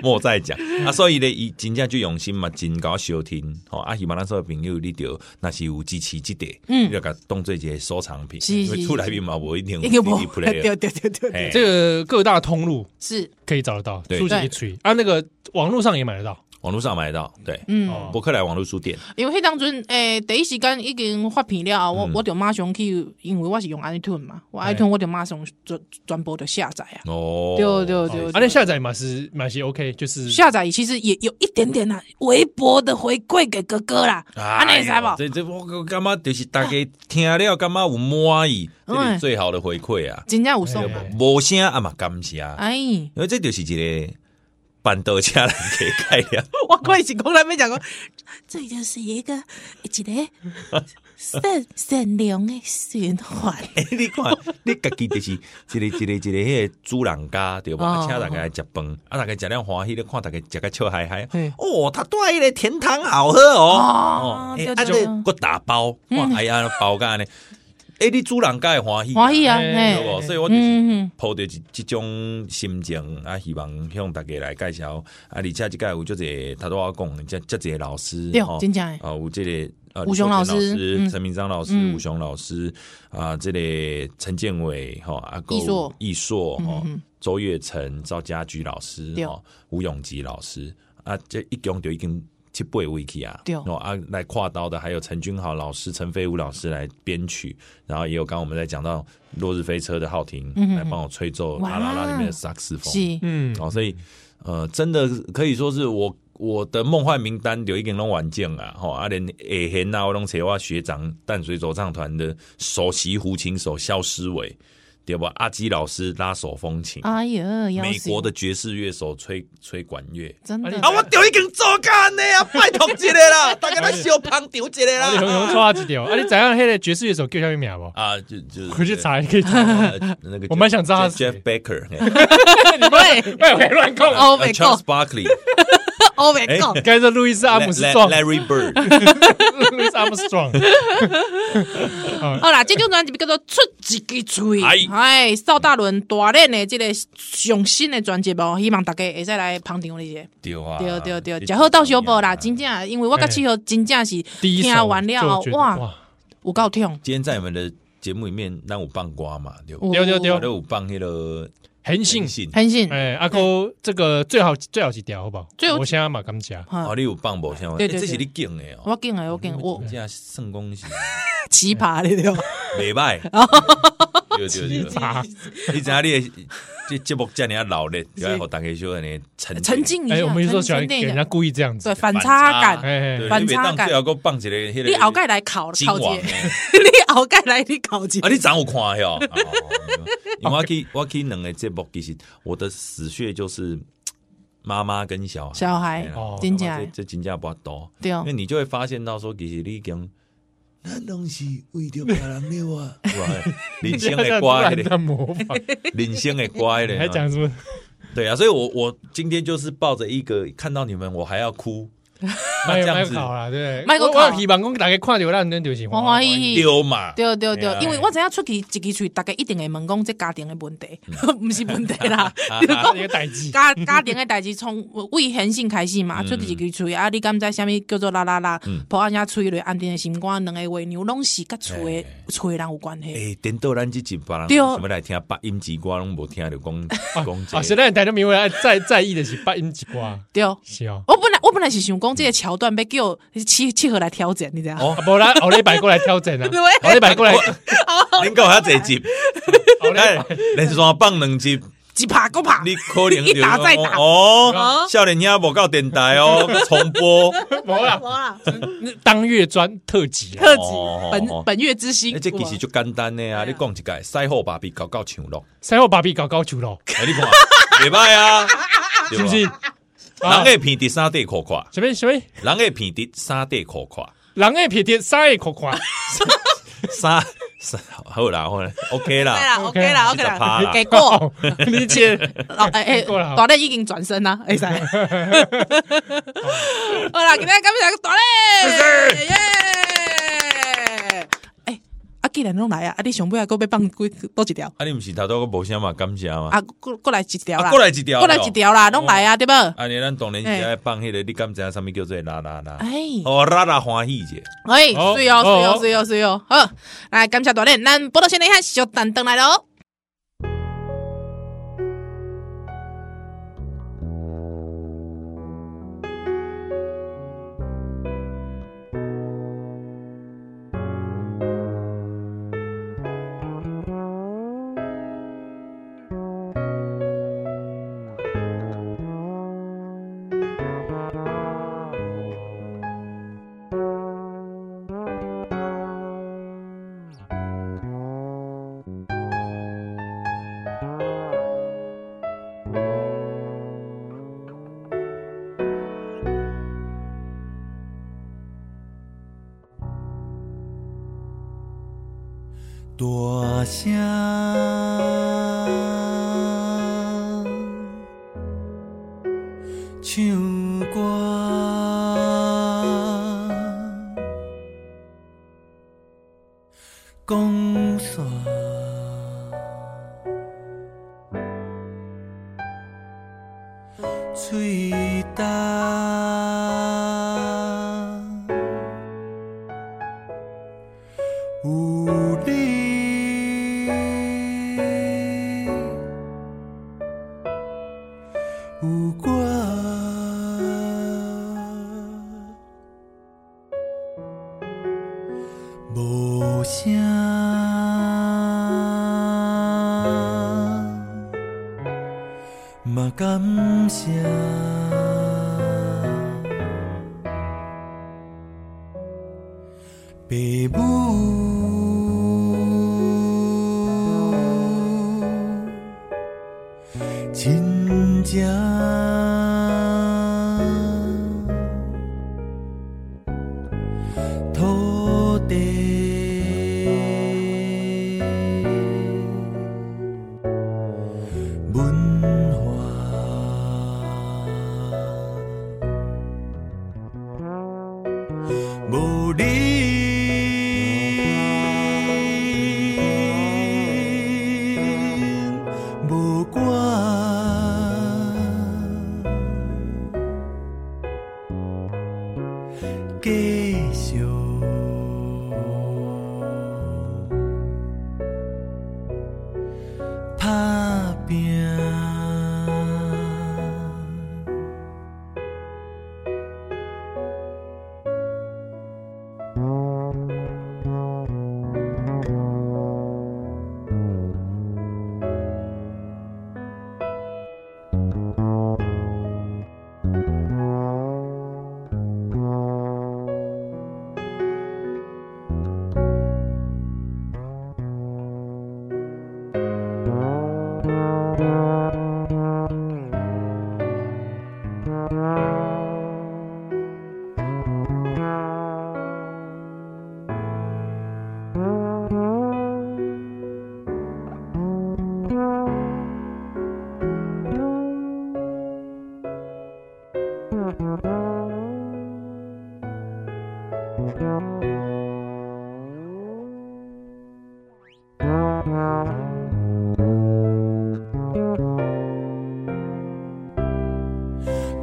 Speaker 4: 莫再讲啊，所以咧，伊真正就用心嘛，真搞收听，吼啊，希望咱所有朋友你着若是有支持即个，嗯，要甲当做一个收藏品，
Speaker 3: 是
Speaker 4: 因为
Speaker 3: 是
Speaker 4: 厝内面嘛无一定有
Speaker 3: 一个莫
Speaker 4: CD，
Speaker 3: 对
Speaker 4: player，
Speaker 3: 对对对对，
Speaker 4: 嘿
Speaker 2: 这个各大通路
Speaker 3: 是，
Speaker 2: 可以找得到，
Speaker 4: 对
Speaker 2: 竖起一锤啊，那个网络上也买得到，
Speaker 4: 网络上买得到，对，
Speaker 3: 嗯，
Speaker 2: 哦
Speaker 4: 博客来网络书店，
Speaker 3: 因为迄当阵诶，第一时间已经发片了，
Speaker 4: 嗯
Speaker 3: 我我就马上去，因为我是用 iTune 嘛，我
Speaker 2: 哎
Speaker 3: iTune 我就马上转转播就下载啊，
Speaker 4: 哦，
Speaker 3: 对对对，
Speaker 2: 啊，那下载嘛是嘛是 OK，就是
Speaker 3: 下载其实也有一点点
Speaker 4: 嗯
Speaker 3: 啦、微薄的回馈给哥哥啦，啊，你知不？
Speaker 4: 哎这这我我感觉就是大家听了感觉有满意，这
Speaker 3: 哎
Speaker 4: 是最好的回馈啊！
Speaker 3: 真正有送啊
Speaker 2: 哎！
Speaker 4: 无声啊嘛，感谢，
Speaker 3: 哎，
Speaker 4: 因为这就是一个板凳车来给改了，
Speaker 3: 我快是讲来没讲过，这就是一个一个善善良的循环。
Speaker 4: 哎你看， 你家己就是一个一个一个迄个主人家对吧？
Speaker 3: 哦
Speaker 4: 啊请大家来食饭，啊，大家食了欢喜，你看大家食个笑嗨嗨
Speaker 2: 嘿。
Speaker 4: 哦，他带迄个甜汤好喝哦，
Speaker 3: 哦
Speaker 4: 哦，，哎，啊，
Speaker 3: 对对嗯
Speaker 4: 这个打包，哇，哎呀，包干呢？哎，你主人家会欢喜，
Speaker 3: 欢喜啊，
Speaker 2: 哎
Speaker 4: 对
Speaker 3: 嘿，
Speaker 4: 不？所以我就是。
Speaker 3: 嗯，
Speaker 4: 抱着一即种心情啊，希望向大家来介绍啊，而且即个有即个头拄我讲，即即个老师
Speaker 3: 对
Speaker 4: 吼
Speaker 3: 真正的
Speaker 4: 啊，有即个呃
Speaker 3: 吴雄
Speaker 4: 李秀
Speaker 3: 老师
Speaker 4: 全
Speaker 3: 嗯
Speaker 4: 陈明章老师、
Speaker 3: 嗯
Speaker 4: 吴雄老师啊，即个陈建伟吼，啊，还有
Speaker 3: 易硕
Speaker 4: 易硕吼
Speaker 3: 嗯嗯嗯，
Speaker 4: 周月成、赵家驹老师
Speaker 3: 对
Speaker 4: 吼，吴永吉老师啊，这一共就已经。七八位去啊，
Speaker 3: 对
Speaker 4: 哦啊，来跨刀的还有陈君豪老师、陈飞vũ老师来编曲，然后也有刚刚我们在讲到《落日飞车》的浩廷
Speaker 3: 嗯嗯
Speaker 4: 来帮我吹奏啊
Speaker 3: 哇
Speaker 4: 啦啦啦里面的萨克斯风，
Speaker 3: 是，
Speaker 2: 嗯，
Speaker 4: 哦，所以呃，真的可以说是我我的梦幻名单有一点弄完件啊，吼、啊连诶贤啊，我拢找我学长淡水走唱团的首席胡琴手肖诗伟，对吧？阿基老师拉手风琴，
Speaker 2: 哦
Speaker 3: 哎呀，要
Speaker 4: 美
Speaker 3: 死
Speaker 4: 国的爵士乐手吹吹管乐。
Speaker 3: 真的
Speaker 4: 啊！我就已经做干的啊，拜托一个 啦，大家来小捧场一个
Speaker 2: 啊，你红
Speaker 4: 啦。
Speaker 2: 红抓几条啊？你怎样？黑的爵士乐手叫下面名 不？
Speaker 4: 啊，就就
Speaker 2: 回去查也可以查。
Speaker 4: 呃那个
Speaker 2: 我蛮想知道他是
Speaker 4: Jeff
Speaker 2: 谁
Speaker 4: Jeff Baker，嘿
Speaker 3: 对，
Speaker 2: 哎，别乱搞，
Speaker 3: 欧美
Speaker 4: c h a r l
Speaker 3: 够
Speaker 4: e s，Barkley，
Speaker 3: 欧美够。
Speaker 2: 该是路易斯阿姆斯壮
Speaker 4: La-，La-，Larry Bird，
Speaker 2: 路易斯阿姆斯壮，
Speaker 3: 好啦，这张专辑叫做《出一支嘴
Speaker 4: 哎》，
Speaker 3: 哎，邵大伦大练的这个上新的专辑哦，希望大家会使来捧场一下。
Speaker 4: 对啊，
Speaker 3: 对对对，食好到小宝啦，真
Speaker 4: 今
Speaker 3: 正，因为我甲七号真正是
Speaker 2: 第一首
Speaker 3: 听完了后
Speaker 2: 就觉得
Speaker 3: 哇，，有够痛。
Speaker 4: 天在我们的节目里面，让我棒瓜嘛，对吧？
Speaker 2: 对对对
Speaker 4: 我有棒那个
Speaker 2: 很性。
Speaker 4: 信，
Speaker 3: 很信，
Speaker 2: 哎，阿哥，这个最好最好几条好不好？
Speaker 3: 最好
Speaker 2: 我现在马刚加，
Speaker 4: 哦，你有棒无像，
Speaker 3: 对对
Speaker 4: 哎
Speaker 3: 对
Speaker 4: 这是你劲的哦，
Speaker 3: 我见诶，我见我
Speaker 4: 这样算恭喜，
Speaker 3: 奇葩你对吧，
Speaker 4: 袂歹，对对对，
Speaker 3: 哦
Speaker 2: 啊，
Speaker 4: 你知道你的这节目这么老咧，就要让大家说安尼沉
Speaker 3: 沉浸一下，
Speaker 2: 哎，我们就说喜欢
Speaker 3: 沉
Speaker 2: 给
Speaker 3: 淀一
Speaker 2: 人
Speaker 3: 下
Speaker 2: 家，故意这样子
Speaker 3: 对，反差感。
Speaker 2: 哎，哎
Speaker 4: 对
Speaker 2: 哎
Speaker 3: 反
Speaker 4: 你
Speaker 3: 差
Speaker 4: 袂当
Speaker 3: 感
Speaker 4: 最后个放一个迄个
Speaker 3: 你后盖来考
Speaker 4: 金
Speaker 3: 考
Speaker 4: 王
Speaker 3: 级，
Speaker 4: 的
Speaker 3: 你后盖来你考级
Speaker 4: 啊，，你长有看 的哦，哦因为我去我去两个节目，其实我的死穴就是妈妈跟小孩，
Speaker 3: 小孩
Speaker 2: 哦
Speaker 3: 真
Speaker 4: 这
Speaker 3: 正哦
Speaker 4: 这真正不多，
Speaker 3: 对
Speaker 4: 因为你就会发现到说，其实你已经。 那东西为着别人了啊！ 哇人生的乖
Speaker 2: 你
Speaker 4: 嘞
Speaker 2: 这样突然，在模仿，
Speaker 4: 人生的 乖嘞，
Speaker 2: 还讲什么？
Speaker 4: 对啊，所以我我今天就是抱着一个看到你们我还 要哭，那
Speaker 2: 麦
Speaker 4: 这
Speaker 2: 麦
Speaker 4: 样子
Speaker 2: 考啊啦，对不对？
Speaker 3: 麦克
Speaker 2: 我
Speaker 3: 考
Speaker 2: 我希望讲大家看到咱咱就是
Speaker 3: 欢欢喜喜。
Speaker 4: 丢嘛，
Speaker 3: 对对
Speaker 4: 对
Speaker 3: 对
Speaker 4: 啊，
Speaker 3: 因为我知影出去一支喙，大家一定会问讲这家庭的问题， 毋是问题啦，就是
Speaker 2: 啊，
Speaker 3: 讲
Speaker 2: 一个代 志。
Speaker 3: 家家庭的代志从为显性开始嘛，出去一支喙啊，你敢知啥物叫做啦啦啦？抱安遐吹落，安定的心肝，两个话牛拢是甲吹的吹的人有关系。
Speaker 4: 诶，等到哎咱这集别人
Speaker 3: 对哦
Speaker 4: 想要来听八音吉歌拢无听着讲讲
Speaker 2: 啊，
Speaker 4: 这
Speaker 2: 现
Speaker 4: 个，
Speaker 2: 在台中民会在在意的是八音几瓜，
Speaker 3: 对，
Speaker 2: 是哦，
Speaker 3: 我本来我本来是想讲这个桥段被叫七七合来调整，你知道？
Speaker 4: 哦
Speaker 2: 啊 不然后礼拜过来调整啊，
Speaker 3: 对
Speaker 2: 后礼拜 过来，
Speaker 4: 恁搞遐这集，
Speaker 2: 后礼
Speaker 4: 哎
Speaker 2: 拜，
Speaker 4: 连续放两集，
Speaker 3: 一拍够拍，
Speaker 4: 你可能
Speaker 3: 一打再打
Speaker 4: 就哦，少年兄无到电台哦，重播，
Speaker 2: 没啦，
Speaker 3: 哇，
Speaker 2: 当月专特辑啊，
Speaker 3: 特辑
Speaker 4: 哦
Speaker 3: 本
Speaker 4: 哦
Speaker 3: 本月之星
Speaker 4: 哎，，这其实就简单的啊，你讲一解，赛后芭比搞搞唱咯，
Speaker 2: 赛后芭比搞高球咯，
Speaker 4: 哎，你看，袂歹啊，
Speaker 2: 是不是？
Speaker 4: 对吧？人
Speaker 2: 诶，
Speaker 4: 诶片伫三地可看，
Speaker 2: 什么什么？
Speaker 4: 人诶片伫三地可看，
Speaker 2: 人诶撇贴，三诶可看，
Speaker 4: 三三好啦，好啦，OK
Speaker 3: 对
Speaker 4: 啦，
Speaker 3: 啦，OK 啦，OK
Speaker 4: 十
Speaker 3: 啦
Speaker 4: 趴啦，
Speaker 3: 给 过，
Speaker 2: 理解。
Speaker 3: 哦哎哎，
Speaker 2: 过了
Speaker 3: 大力已经转身 啦，哎塞，好啦，今天感谢大力，耶！哎，啊，既然拢来啊，啊，你上尾啊，搁要放几多一条？
Speaker 4: 啊，你毋是头拄个无啥嘛，感谢嘛，
Speaker 3: 啊，过过来一条啦，
Speaker 4: 啊过来一条哦
Speaker 3: 过来一条啦，拢来啊，对不？
Speaker 4: 啊，你咱当然是爱放迄个，你敢知影啥物叫做啦啦啦？
Speaker 3: 哎，
Speaker 4: 哦，啦啦欢喜者，
Speaker 3: 哎，
Speaker 2: 好
Speaker 3: 水哦，水哦
Speaker 2: 好，
Speaker 3: 水哦，水哦，好，来感谢大力，咱报道先来看小蛋登来哦咯。
Speaker 6: 大声唱歌，讲煞嘴焦。有你，有我，无声嘛感谢。爸母亲情，土地，文化。无你，无我，继续打拼。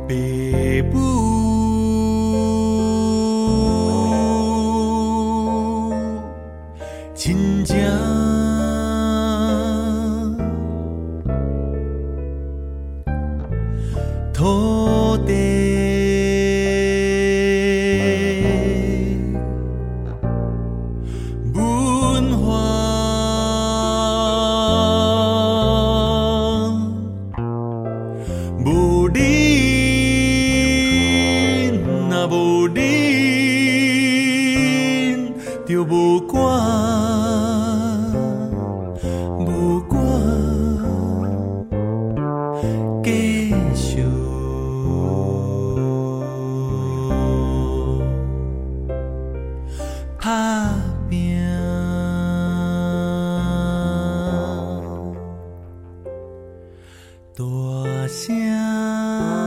Speaker 6: 爸母亲情，土地，无你，若无你，就无我，无我，继续。打拼。大声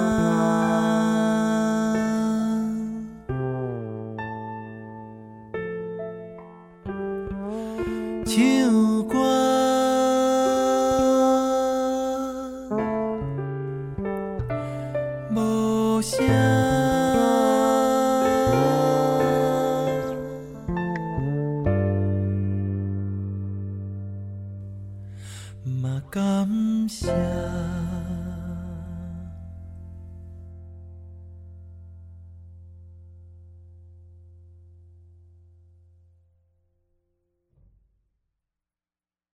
Speaker 6: 唱歌。无声。嘛感谢。